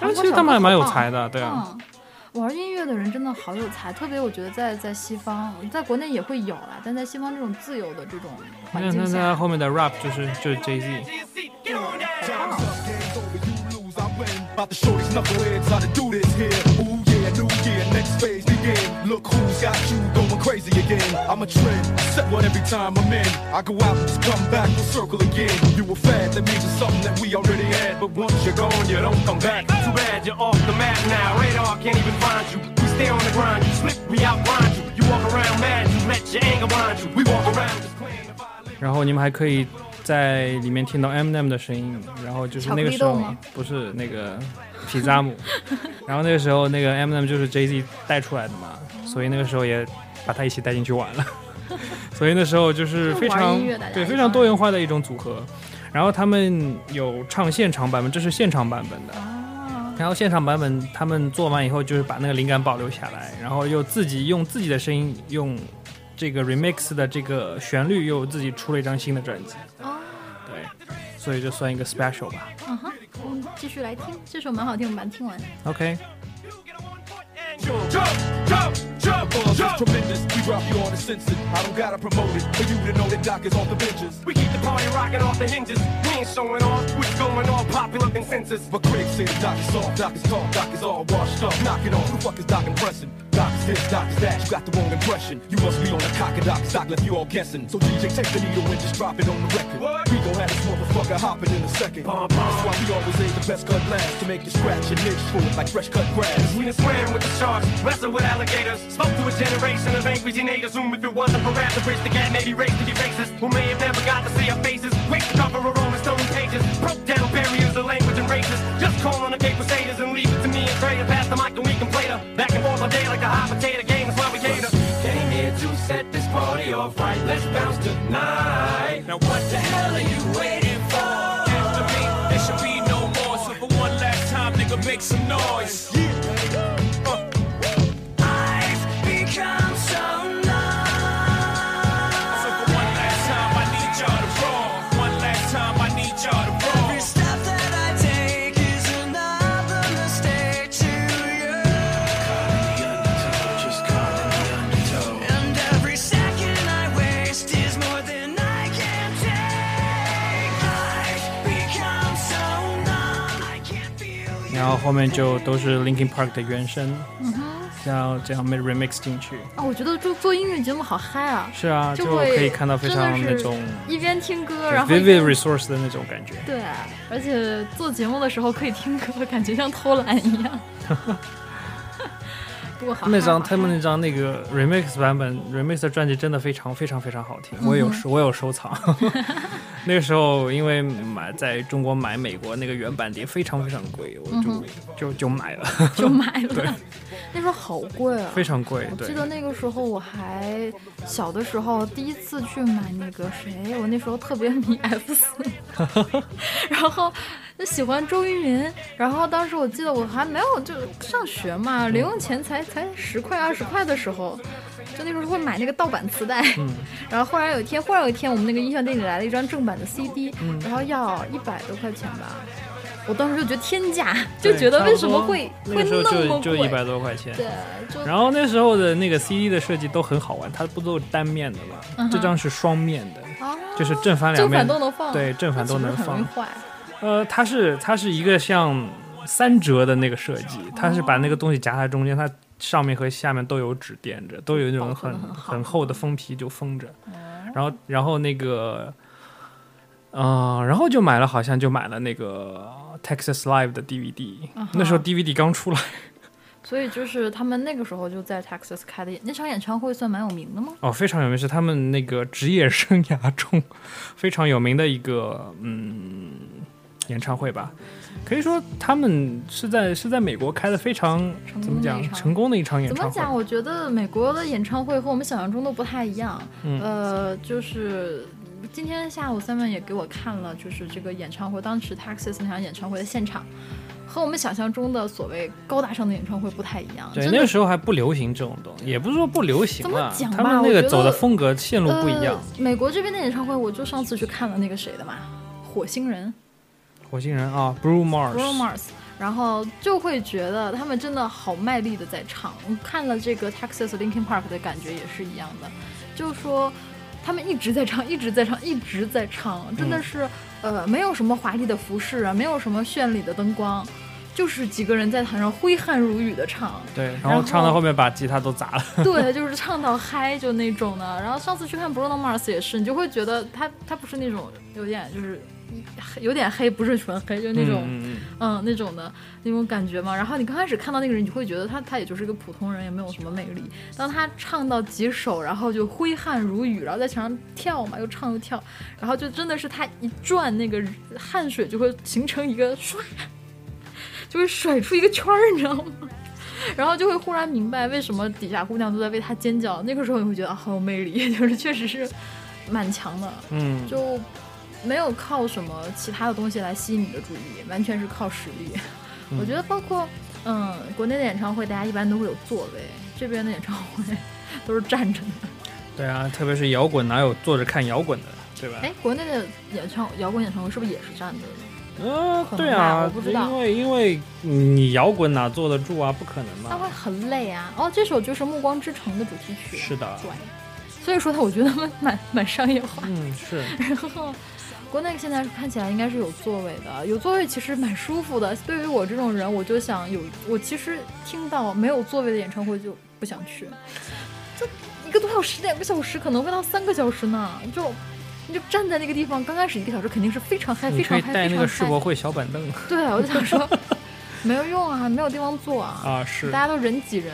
但
韩
其
国
实
小
他们
哥
还
好
蛮有
棒
才的，对啊，
嗯，玩音乐的人真的好有才，特别我觉得在在西方，在国内也会有啦，但在西方这种自由的这种环
那
境
那
下
那，后面的 rap 就是就是 Jay Z。
Time's up, game's over, you lose, I win. About the shorties, knuckleheads, how to do this here. Ooh, yeah, new year, next phase begin. Look who's got you going crazy again. I'm a trend, I set one every time I'm in. I go out, just come back, we'll circle again. You were fad, that means it's something that we already had. But once you're gone, you don't come back.
Too bad you're off the map now. Radar can't even find you. We stay on the grind. You slip, we outgrind you. You walk around mad. You let your anger blind you. We walk around just playing the violin.
然后你们还可以在里面听到 Eminem 的声音，然后就是那个时
巧克力豆
候
吗
不是那个皮扎 姆，然后那个时候那个 Eminem 就是 Jay Z 带出来的嘛，所以那个时候也把他一起带进去玩了， 所以那时候就是非
玩
常
音乐大家
对
一起
非常多元化的一种组合。然后他们有唱现场版本，这是现场版本的。
啊
然后现场版本他们做完以后，就是把那个灵感保留下来，然后又自己用自己的声音，用这个 remix 的这个旋律，又自己出了一张新的专辑。
哦，
对，所以就算一个 special 吧。
嗯哼，我们继续来听，这首蛮好听，我们把它听完。
OK，
Jump, jump, jump, jump. tremendous. We drop you on the census. I don't gotta promote it for you to know that Doc is off the benches.
We keep the party rocking off the hinges. We ain't showing off. What's going on? Popular consensus.
But critics say the doc is off, doc is tall, doc is all washed up. Knock it off, who the fuck is doc impressing? Doc is this, doc is that, you got the wrong impression. You must be on the cock of doc, doc left you all guessing. So DJ, take the needle and just drop it on the record.
What?
We gon' have this motherfucker hopping in a second. That's why we always aim the best cut last to make you scratch your niche for it like fresh cut grass.
We done swam with the sharks, wrestled with alligators, spoke to a generation of angry teenagers whom if it wasn't for rap, the bridge the gap may be raised to be racist, who may have never got to see our faces, waiting to cover our Rolling Stone pages, broke down barriers of language and races, just call on the gay crusaders and leave it to me and Trader, pass the mic and we can play the back and forth all day like a hot potato game, that's why we cater. Came here to set this party off right, let's bounce tonight. Now what the hell are you waiting for?
after me. There should be no more. So for one last time, nigga, make some noise. I've become so numb. So for one last time, I need y'all to roar. One last time, I need y'all to roar.
Every step that I take is another mistake to you. And every second I waste is more than I can take. I've become so numb. I can't feel you.
然后后面就都是 Linkin Park 的原声，
嗯
然后这样被 remix 进去。
啊，我觉得做做音乐节目好嗨啊！
是啊，就
就会
可以看到非常
真的
那
是
种
一边听歌，然后一
vivid
边
resource 的那种感觉。
对，而且做节目的时候可以听歌，感觉像偷懒一 样。不过好，
那张
好
他们那张那个 remix 版本 remix 的专辑真的非常非常非常好听，
嗯
我有收我有收 藏。那个时候因为买在中国买美国那个原版碟非常非常贵，我
嗯
就、就就买 了，
就买了。那时候好贵啊！
非常贵。
我
对
记，得那个时候我还小的时候，第一次去买那个谁，我那时候特别迷 F 四，然后就喜欢周渝民，然后当时我记得我还没有就上学嘛，零用钱才才十块二十块的时候。就那时候会买那个盗版磁带，
嗯
然后后来有一天，忽然有一天，我们那个音像店里来了一张正版的 CD，、然
嗯
后要一百多块钱吧，我当时就觉得天价，就
对
觉得
差不
为什么
多
会
那
会
个时候
那么
就
贵？
就一百多块钱。
对，就
然后那时候的那个 CD 的设计都很好玩，它不都是单面的嘛，这张是双面的，
啊
就是正反两
嗯正
面
反都能放，
对，正反都能
那岂不是很容
放
易。坏。
呃，它是它是一个像三折的那个设计，它是把那个东西夹在中间，它上面和下面都有纸垫着，都有那种
保存
很哦
得很好
很厚哦的封皮就封着。然后然后那个，嗯，然后就买了，好像就买了那个 Texas Live 的 DVD，那时候 DVD 刚出来，
所以就是他们那个时候就在 Texas 开的演那场演唱会，算蛮有名的吗？
哦，非常有名，是他们那个职业生涯中非常有名的一个嗯演唱会吧。可以说他们是在是在美国开的非常
成功的
怎么讲
一场
成功的一场演
怎么
唱会
讲？。我觉得美国的演唱会和我们想象中的不太一样。
嗯
呃，就是今天下午 Simon 也给我看了，就是这个演唱会，当时 Texas 那场演唱会的现场，和我们想象中的所谓高大上的演唱会不太一样。
对，
真
那
的
个时候还不流行这种东西，也不是说不流行
怎么
了，
讲
他
吧
们那
我
个
觉
走的
得
风格线路不一样。
呃美国这边的演唱会，我就上次去看了那个谁的嘛，火星人。
火星人啊，Blue Mars，
Bruno Mars，然后就会觉得他们真的好卖力的在唱。看了这个 Texas Linkin Park 的感觉也是一样的，就说他们一直在唱，一直在唱，一直在唱，真的是、呃没有什么华丽的服饰啊，没有什么绚丽的灯光，就是几个人在台上挥汗如雨的唱。
对，然
然
后
后
唱到后面把吉他都砸了，
对，就是唱到嗨就那种的。然后上次去看 Bruno Mars 也是，你就会觉得他他不是那种有点就是有点黑，不是纯黑，就是那种
嗯嗯
嗯那种的那种感觉嘛。然后你刚开始看到那个人，你会觉得他他也就是一个普通人，也没有什么魅力。当他唱到几首，然后就挥汗如雨，然后在墙上跳嘛，又唱又跳，然后就真的是他一转那个汗水就会形成一个唰， 就会甩出一个圈儿，你知道吗？然后就会忽然明白为什么底下姑娘都在为他尖叫。那个时候你会觉得啊，好有魅力， 就是确实是蛮强的，
嗯，
就没有靠什么其他的东西来吸引你的注意，完全是靠实力。我觉得包括嗯，国内的演唱会大家一般都会有座位，这边的演唱会都是站着的。
对啊，特别是摇滚，哪有坐着看摇滚的，对吧？
哎，国内的演唱摇滚演唱会是不是也是站着的？
嗯、
可能
对
吧
啊
我不，知道
因为因为你摇滚哪坐得住啊？不可能
那
嘛
会。很累啊。哦，这首就是《暮光之城》的主题曲。
是的
对。所以说呢，我觉得蛮蛮商业化。
嗯，是，
然后国内现在看起来应该是有座位的，有座位其实蛮舒服的。对于我这种人，我就想有，我其实听到没有座位的演唱会就不想去，就一个多小时、两个小时，可能会到三个小时呢，就。你就站在那个地方，刚开始一个小时肯定是非常嗨，
你
非
可
常
以
嗨，
带
非
那
常
个世博
嗨。
会小板 凳
对，啊我就想 说，没有用啊，没有地方坐啊，
啊，是
大。家都嗯人挤人。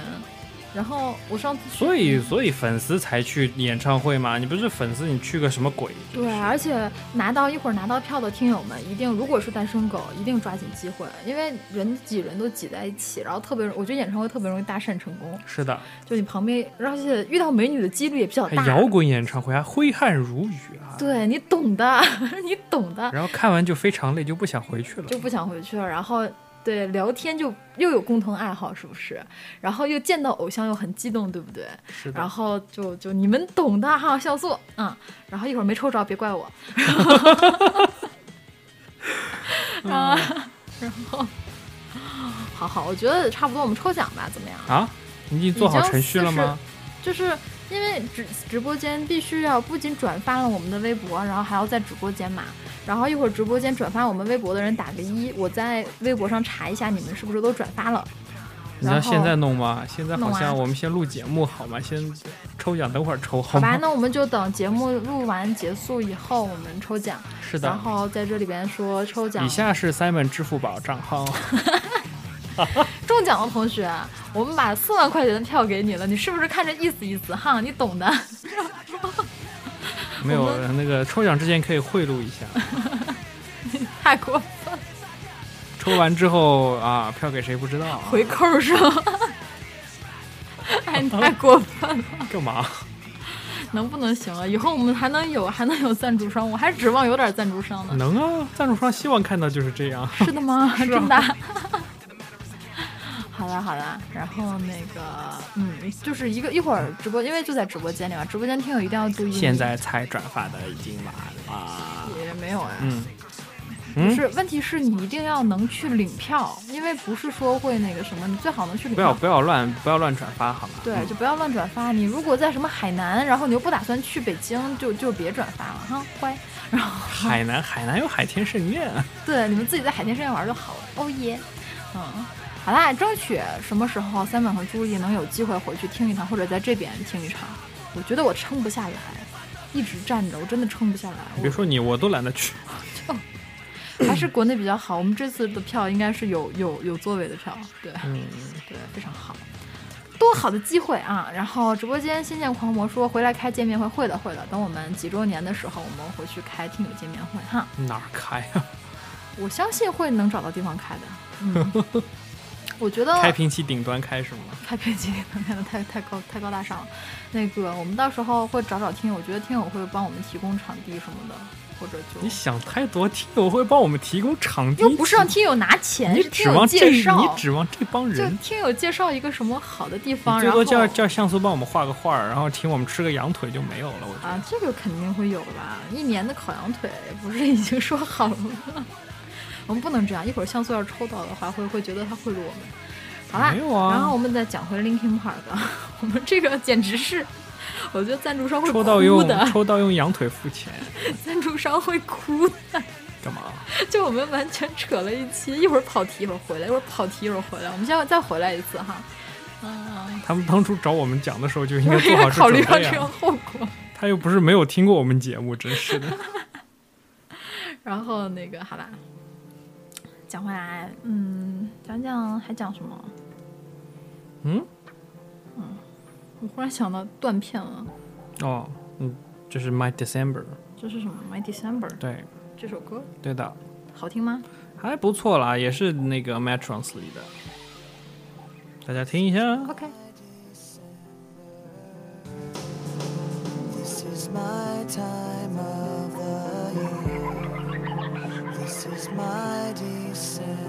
然后我上次去
所以，所以粉丝才去演唱会嘛？你不是粉丝，你去个什么鬼？
对，而且拿到一会儿拿到票的听友们，一定如果是单身狗，一定抓紧机会，因为人挤人都挤在一起，然后特别，我觉得演唱会特别容易搭讪成功，
是的，
就你旁边，而且遇到美女的几率也比较
还
大。
摇滚演唱会还挥汗如雨啊！
对你懂的， 你懂的，
然后看完就非常累，就不想回去了。
就不想回去了。然后对聊天就又有共同爱好，是不是？然后又见到偶像又很激动，对不对？
是的
然，后就就你们懂的哈，小素，嗯，然后一会儿没抽着，别 怪我。啊，
嗯
然后，好好，我觉得差不多，我们抽奖吧，怎么样？
啊，你已经做好程序了吗？
就是因为直直播间必须要不仅转发了我们的微博，然后还要在直播间嘛。然后一会儿直播间转发我们微博的人打个一，我在微博上查一下你们是不是都转发了。
你要
然后
现在弄吗？现在好
弄啊
像我们先录节目好吗？先抽奖，等会儿抽好
好吧，
吗？
那我们就等节目录完结束以后，我们抽奖。
是
然
的。
后在这里边说抽奖
以下是 Simon 支付宝账 号，
中奖的同学，我们把四万块钱的票给你了，你是不是看着意思意思哈？你懂 的。
没有那个抽奖之前可以贿赂一下，
太过
抽完之后啊，票给谁不知 道？
回扣是吗？ 哎，你太过分了，
干嘛？
能不能行啊？以后我们还能有还能有赞助商，我还指望有点赞助商呢。
能啊，赞助商希望看到就是这样。
是的 吗？
啊
真的。 好啦好啦，然后那个，嗯，就是一个一会儿直播，因为就在直播间里嘛，直播间听友一定要注意。
现在才转发的已经晚了，
也没有啊，
嗯
不是，问题是你一定要能去领票，因为不是说会那个什么，你最好能去领
不要
票。
不要乱不要乱转发好吗？
对，
嗯
就不要乱转发。你如果在什么海南，然后你又不打算去北京，就就别转发了哈，乖。然后
海南海南有海天盛宴，
对，你们自己在海天盛宴玩就好了。哦耶，嗯，好啦，争取什么时候三本和朱莉能有机会回去听一场，或者在这边听一场。我觉得我撑不下来，一直站着，我真的撑不下来。我
别说你，我都懒得去。
还是国内比较好。我们这次的票应该是有有有座位的票，对，对，非常好，多好的机会啊！然后直播间仙剑狂魔说回来开见面会，会的会的，等我们几周年的时候，我们回去开听友见面会哈，
哪儿开啊？
我相信会能找到地方开的，嗯， 我觉得
开瓶器顶端开是吗？
开篇几点能看的太太高太高大上了。那个，我们到时候会找找听友，我觉得听友会帮我们提供场地什么的，或者就
你想太多，听友会帮我们提供场地，
又不是让听友拿钱，
你
是
指
听
望
友
这
介
你
绍，
指望这帮
就
人，
听友介绍一个什么好的地方，
你最
然
多
后
叫叫像素帮我们画个画儿，然后请我们吃个羊腿就没有了。我觉得、
啊，这个肯定会有吧？一年的烤羊腿不是已经说好了吗？我们不能这样，一会儿像素要是抽到的话，会会觉得他贿赂我们。好啦
没有，啊
然后我们再讲回 Linkin Park，我 们这个简直是，我觉得赞助商会
抽到
哭
用
的，
抽到用羊腿付钱，
赞助商会哭的。
干嘛？
就我们完全扯了一期，一会儿跑题，一会儿回来，一会儿跑题，一会儿回来。我们现在再回来一次哈，
他们当初找我们讲的时候就应
因
该
为
做
要
好
考虑
这
到
准
这
备
个
啊！
后果。
他又不是没有听过我们节目，真是的。
然后那个好吧，讲回来，嗯，讲讲还讲什么？嗯
嗯，
我忽然想到断片了，
哦，嗯，这是 My December，
这是什么？My December
对
这首歌
对的，
好听吗？
还不错啦，也是那个 Metrons 里的，大家听一下。
OK，
This is my time of the year. This is my December.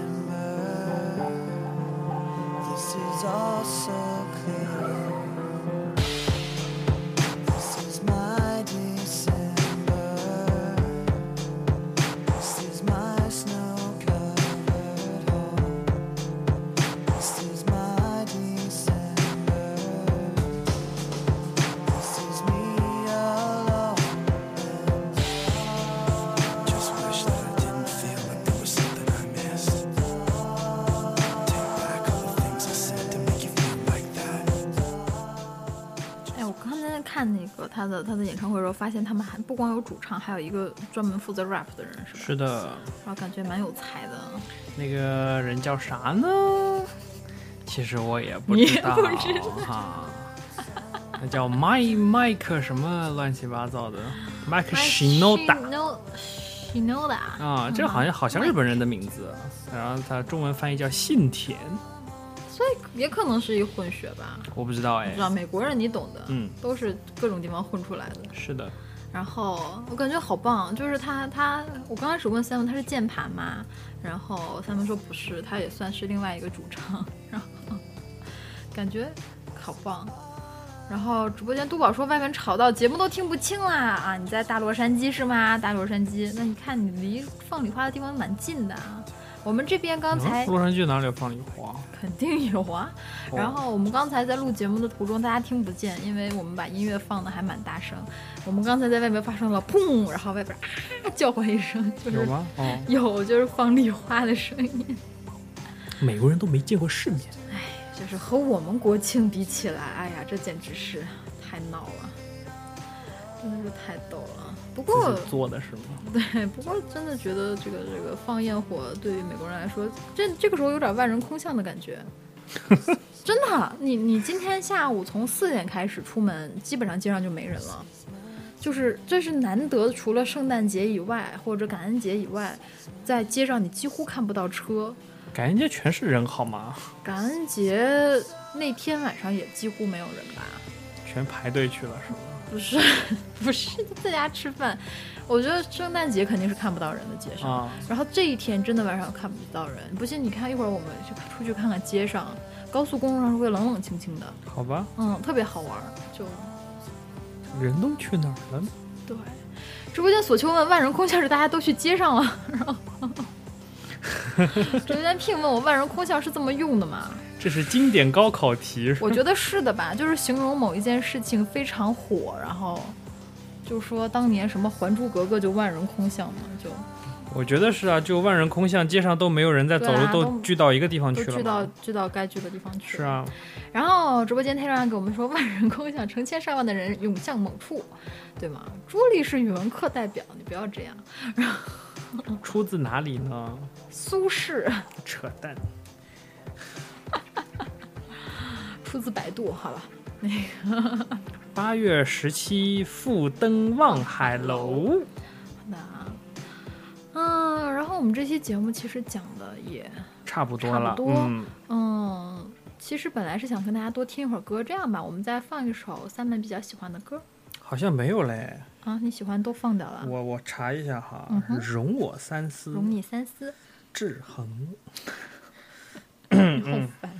This is all so clear. This is my December. This is my snow covered home. This is my December. This is me alone. Just wish that I didn't feel like there was something I missed. Take back all the things I said to make you feel like that.
哎，我刚才看那个他的他的演唱会的时候，发现他们还不光有主唱，还有一个专门负责 rap 的人，是吧？
是的，
然后感觉蛮有才的。
那个人叫啥呢？其实我也不
你
知
也
道
不知道
哈。那叫麦麦克什么乱七八糟的，麦克 Shinoda
Shinoda，Shinoda
啊，这
嗯
好像好像日本人的名字，然后它中文翻译叫信田，
嗯所以也可能是一混血吧，
我不知道哎
知。道美国人你懂的，
嗯，
都是各种地方混出来的。
是的，
然后我感觉好棒，就是他他，我刚开始问 Simon 他是键盘吗？然后 Simon 说不是，他也算是另外一个主唱，然后感觉好棒。然后直播间都宝说外面吵到节目都听不清啦啊！你在大洛杉矶是吗？大洛杉矶，那你看你离放礼花的地方蛮近的啊。我们这边刚才
嗯洛杉矶哪里有放礼花？
肯定有啊。
哦
然后我们刚才在录节目的途中，大家听不见，因为我们把音乐放的还蛮大声。我们刚才在外面发生了砰，然后外边啊叫唤一声，就
有
是
吗？哦，
有就是放礼花的声音。
美国人都没见过世面。
就是和我们国庆比起来，哎呀，这简直是太闹了，真的是太逗了。不过
自己做的是吗？
对，哎不过真的觉得这个这个放焰火对于美国人来说，这这个时候有点万人空巷的感觉。真的，啊你你今天下午从四点开始出门，基本上街上就没人了。就是这是难得，除了圣诞节以外或者感恩节以外，在街上你几乎看不到车。
感恩节全是人好吗？
感恩节那天晚上也几乎没有人吧？
全排队去了是吗？
不是， 不是在家吃饭。我觉得圣诞节肯定是看不到人的街上。
啊，
然后这一天真的晚上看不到人，不信你看一会儿我们去出去看看街上，高速公路上会冷冷清清的，
好吧，
嗯，特别好玩儿。就
人都去哪儿了呢？
对，直播间所求问万人空巷是大家都去街上了， 然后直播间聘问我万人空巷是这么用的吗？
这是经典高考题，
我觉得是的吧， 就是形容某一件事情非常火，然后就说当年什么《还珠格格》就万人空巷嘛，就
我觉得是啊，就万人空巷，街上都没有人在走
对
路，
啊
都
都
聚到一个地方去
都
了
聚
嘛
到聚到该聚的地方去
是
了。
啊，
然后直播间推上给我们说，万人空巷，成千上万的人涌向某处，对吗？朱莉是语文课代表，你不要这样。
出自哪里呢？
苏轼
扯淡，
出自百度，好吧？
八月十七复登望海楼，
那，嗯，然后我们这期节目其实讲的也，
差不多了
差，不多
嗯，
嗯，其实本来是想跟大家多听一会儿歌，这样吧，我们再放一首三门比较喜欢的歌
好像没有嘞，
啊，你喜欢都放掉了。
我我查一下哈
啊嗯，哼
容我三思，
容你三思，
制衡，
你
嗯
好烦，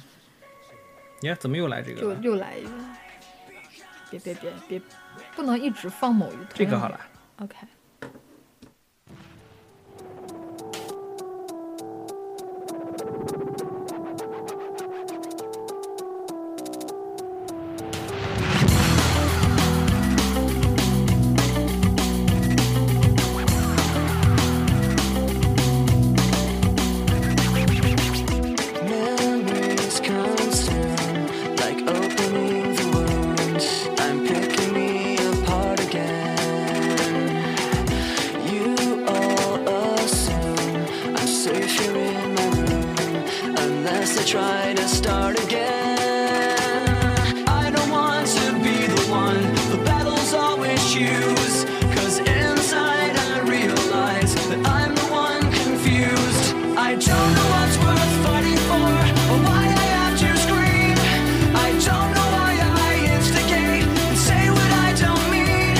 你看怎么又来这个
就
了？
又来一个，别别别别，不能一直放某一同
这个
样
好
的
了。
OK。
unless they try to start again. I don't want to be the one the battles always choose. Cause inside I realize that I'm the one confused. I don't know what's worth fighting for or why I have to scream. I don't know why I instigate and say what I don't mean.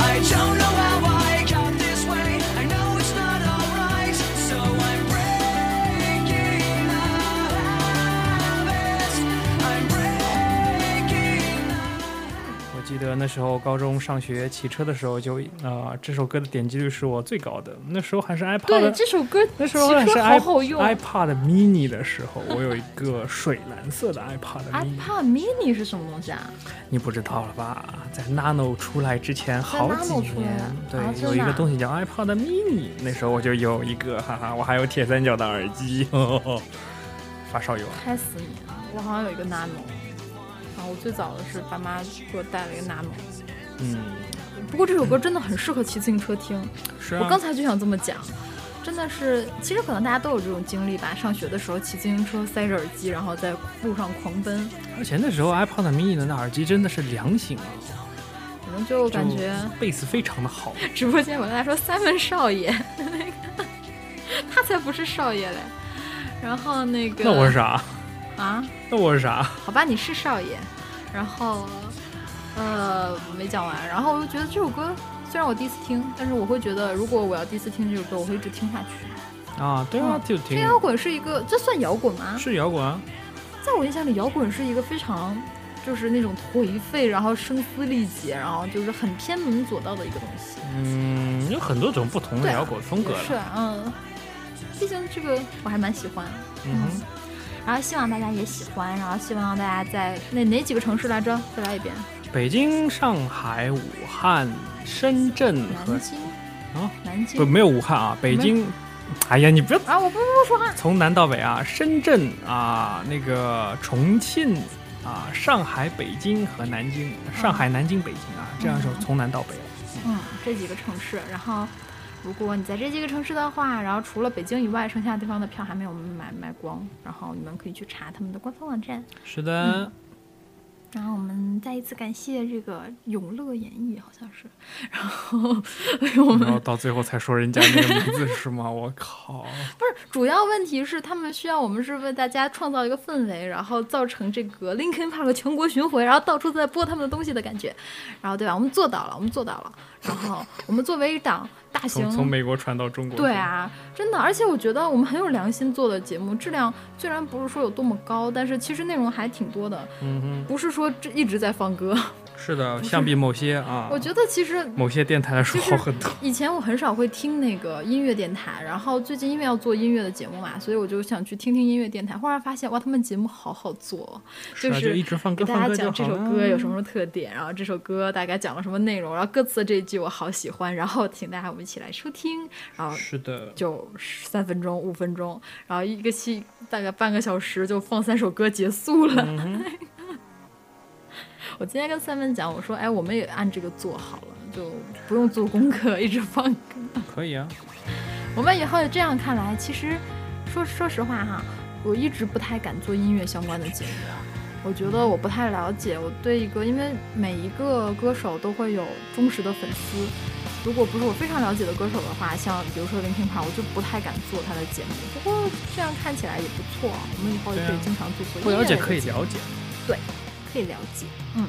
I don't know how I got this way. I know it's not alright, so I'm breaking the habits. I'm breaking the
我记得那时候高中上学骑车的时候就，啊这首歌的点击率是我最高的。那时候还是 iPod，
对
的
这首歌，
那时候还是
好好用。
i iPod mini 的时候，我有一个水蓝色的 iPod mini，
啊 iPad Mini 是什么东西啊？
你不知道了吧？在 Nano 出来之前好几
Nano 出
年
来，
对
啊，真的啊
有一个东西叫 iPod mini，那时候我就有一个，哈哈，我还有铁三角的耳机， 呵呵呵发烧友。
拍死你！我好像有一个 Nano，啊，我最早的是爸妈给我带了一个 Nano。
嗯，
不过这首歌真的很适合骑自行车听，
是啊。
我刚才就想这么讲，真的是，其实可能大家都有这种经历吧。上学的时候骑自行车塞着耳机，然后在路上狂奔，
而且那时候 iPod mini 的那耳机真的是良心啊，
反正就感觉
就贝斯非常的好。
直播间有跟大家说三问少爷， 那个他才不是少爷嘞。然后那个
那我是啥？
啊，
那我是啥？
好吧，你是少爷。然后，呃，没讲完。然后我就觉得这首歌虽然我第一次听，但是我会觉得，如果我要第一次听这首歌，我会一直听下去。
啊，对啊
嗯，
就
这
挺
摇滚是一个，这算摇滚吗？
是摇滚啊，
在我印象里，摇滚是一个非常就是那种颓废，然后声嘶力竭，然后就是很偏门左道的一个东西。
嗯，有很多种不同的
对啊
摇滚风格
也是
了。，
嗯，毕竟这个我还蛮喜欢。
嗯哼，
然后希望大家也喜欢，然后希望大家在哪哪几个城市来着？再来一遍，
北京、上海、武汉、深圳和
南京
啊，
南
不
京
没有武汉啊，北京。哎呀，你不要
啊，我不不说话，
从南到北啊，深圳啊，那个重庆啊，上海、北京和南京，上海、南京、北京啊，这样是从南到北。
嗯，这几个城市。然后，如果你在这几个城市的话，然后除了北京以外，剩下的地方的票还没有买卖光，然后你们可以去查他们的官方网站。
是的，
然后我们再一次感谢这个永乐演艺，好像是，然后为我
然
们
后到最后才说人家那个名字是吗？ 我靠！
不是主要问题是他们需要我们是为大家创造一个氛围，然后造成这个 Linkin Park 全国巡回，然后到处在播他们的东西的感觉，然后对吧？我们做到了，我们做到了。然后我们作为一档大型
从从美国传到中国。
对，啊，真的，而且我觉得我们很有良心做的节目，质量虽然不是说有多么高，但是其实内容还挺多的，
嗯啊哼，
不是说这一直在放歌。
是的，相比某些啊，
我觉得其实
某些电台来说
就是
好很多。
以前我很少会听那个音乐电台，然后最近因为要做音乐的节目嘛，所以我就想去听听音乐电台，忽然发现哇，他们节目好好做哦，
是啊
是
就一直放歌
给大
放
家
歌就
讲这
好
首
了
歌有什么特点，然后这首歌大概讲了什么内容，然后歌词这一句我好喜欢，然后请大家我们一起来收听，然后
是的，
就三分钟、五分钟，然后一个期大概半个小时就放三首歌结束了。 我今天跟三文讲，我说，哎，我们也按这个做好了，就不用做功课，一直放歌。
可以啊。
我们以后这样看来，其实说说实话哈，我一直不太敢做音乐相关的节目。啊我觉得我不太了解，我对一个，因为每一个歌手都会有忠实的粉丝，如果不是我非常了解的歌手的话，像比如说林听牌，我就不太敢做他的节目。不过这样看起来也不错，我们以后也可以
对啊
经常做做
不
音乐
了解
类的
可以
节目
了解。
可以了解，嗯。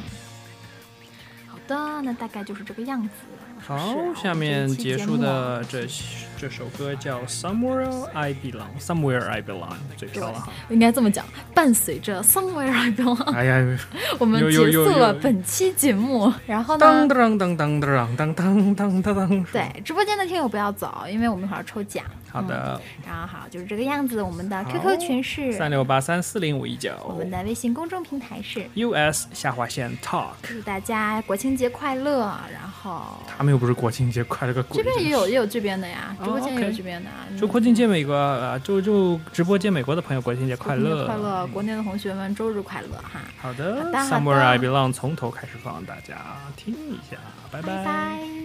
好的，那大概就是这个样子了。是啊
好，下面结束的这这首歌叫《Somewhere I Belong》，Somewhere I Belong 嘴
对
瓢了哈。，
应该这么讲，伴随着 Somewhere I Belong，
哎呀，
我们
有有
结
有
束了
有
本期节目。然后
当
呢，
当当当当当当当当当。，
对直播间的听友不要走，因为我们一会儿抽奖。
好的，
然后好，就是这个样子。我们的
好
QQ 群嗯是，
三六八三四零五一九。
我们的微信公众平台是。
US 下划线 Talk。
祝大家国庆节快乐！然后
他们又不是国庆节，快了个鬼！
这边也有也有这边的呀，
哦
直播间也有
OK
这边的啊。
真是。
你
祝国庆节美国呃，祝祝直播间美国的朋友国庆节快
国庆
乐！
节快乐！国内的同学们周日快乐哈，
好的
好的好的
，Somewhere I Belong 从头开始放，大家听一下，拜
拜拜。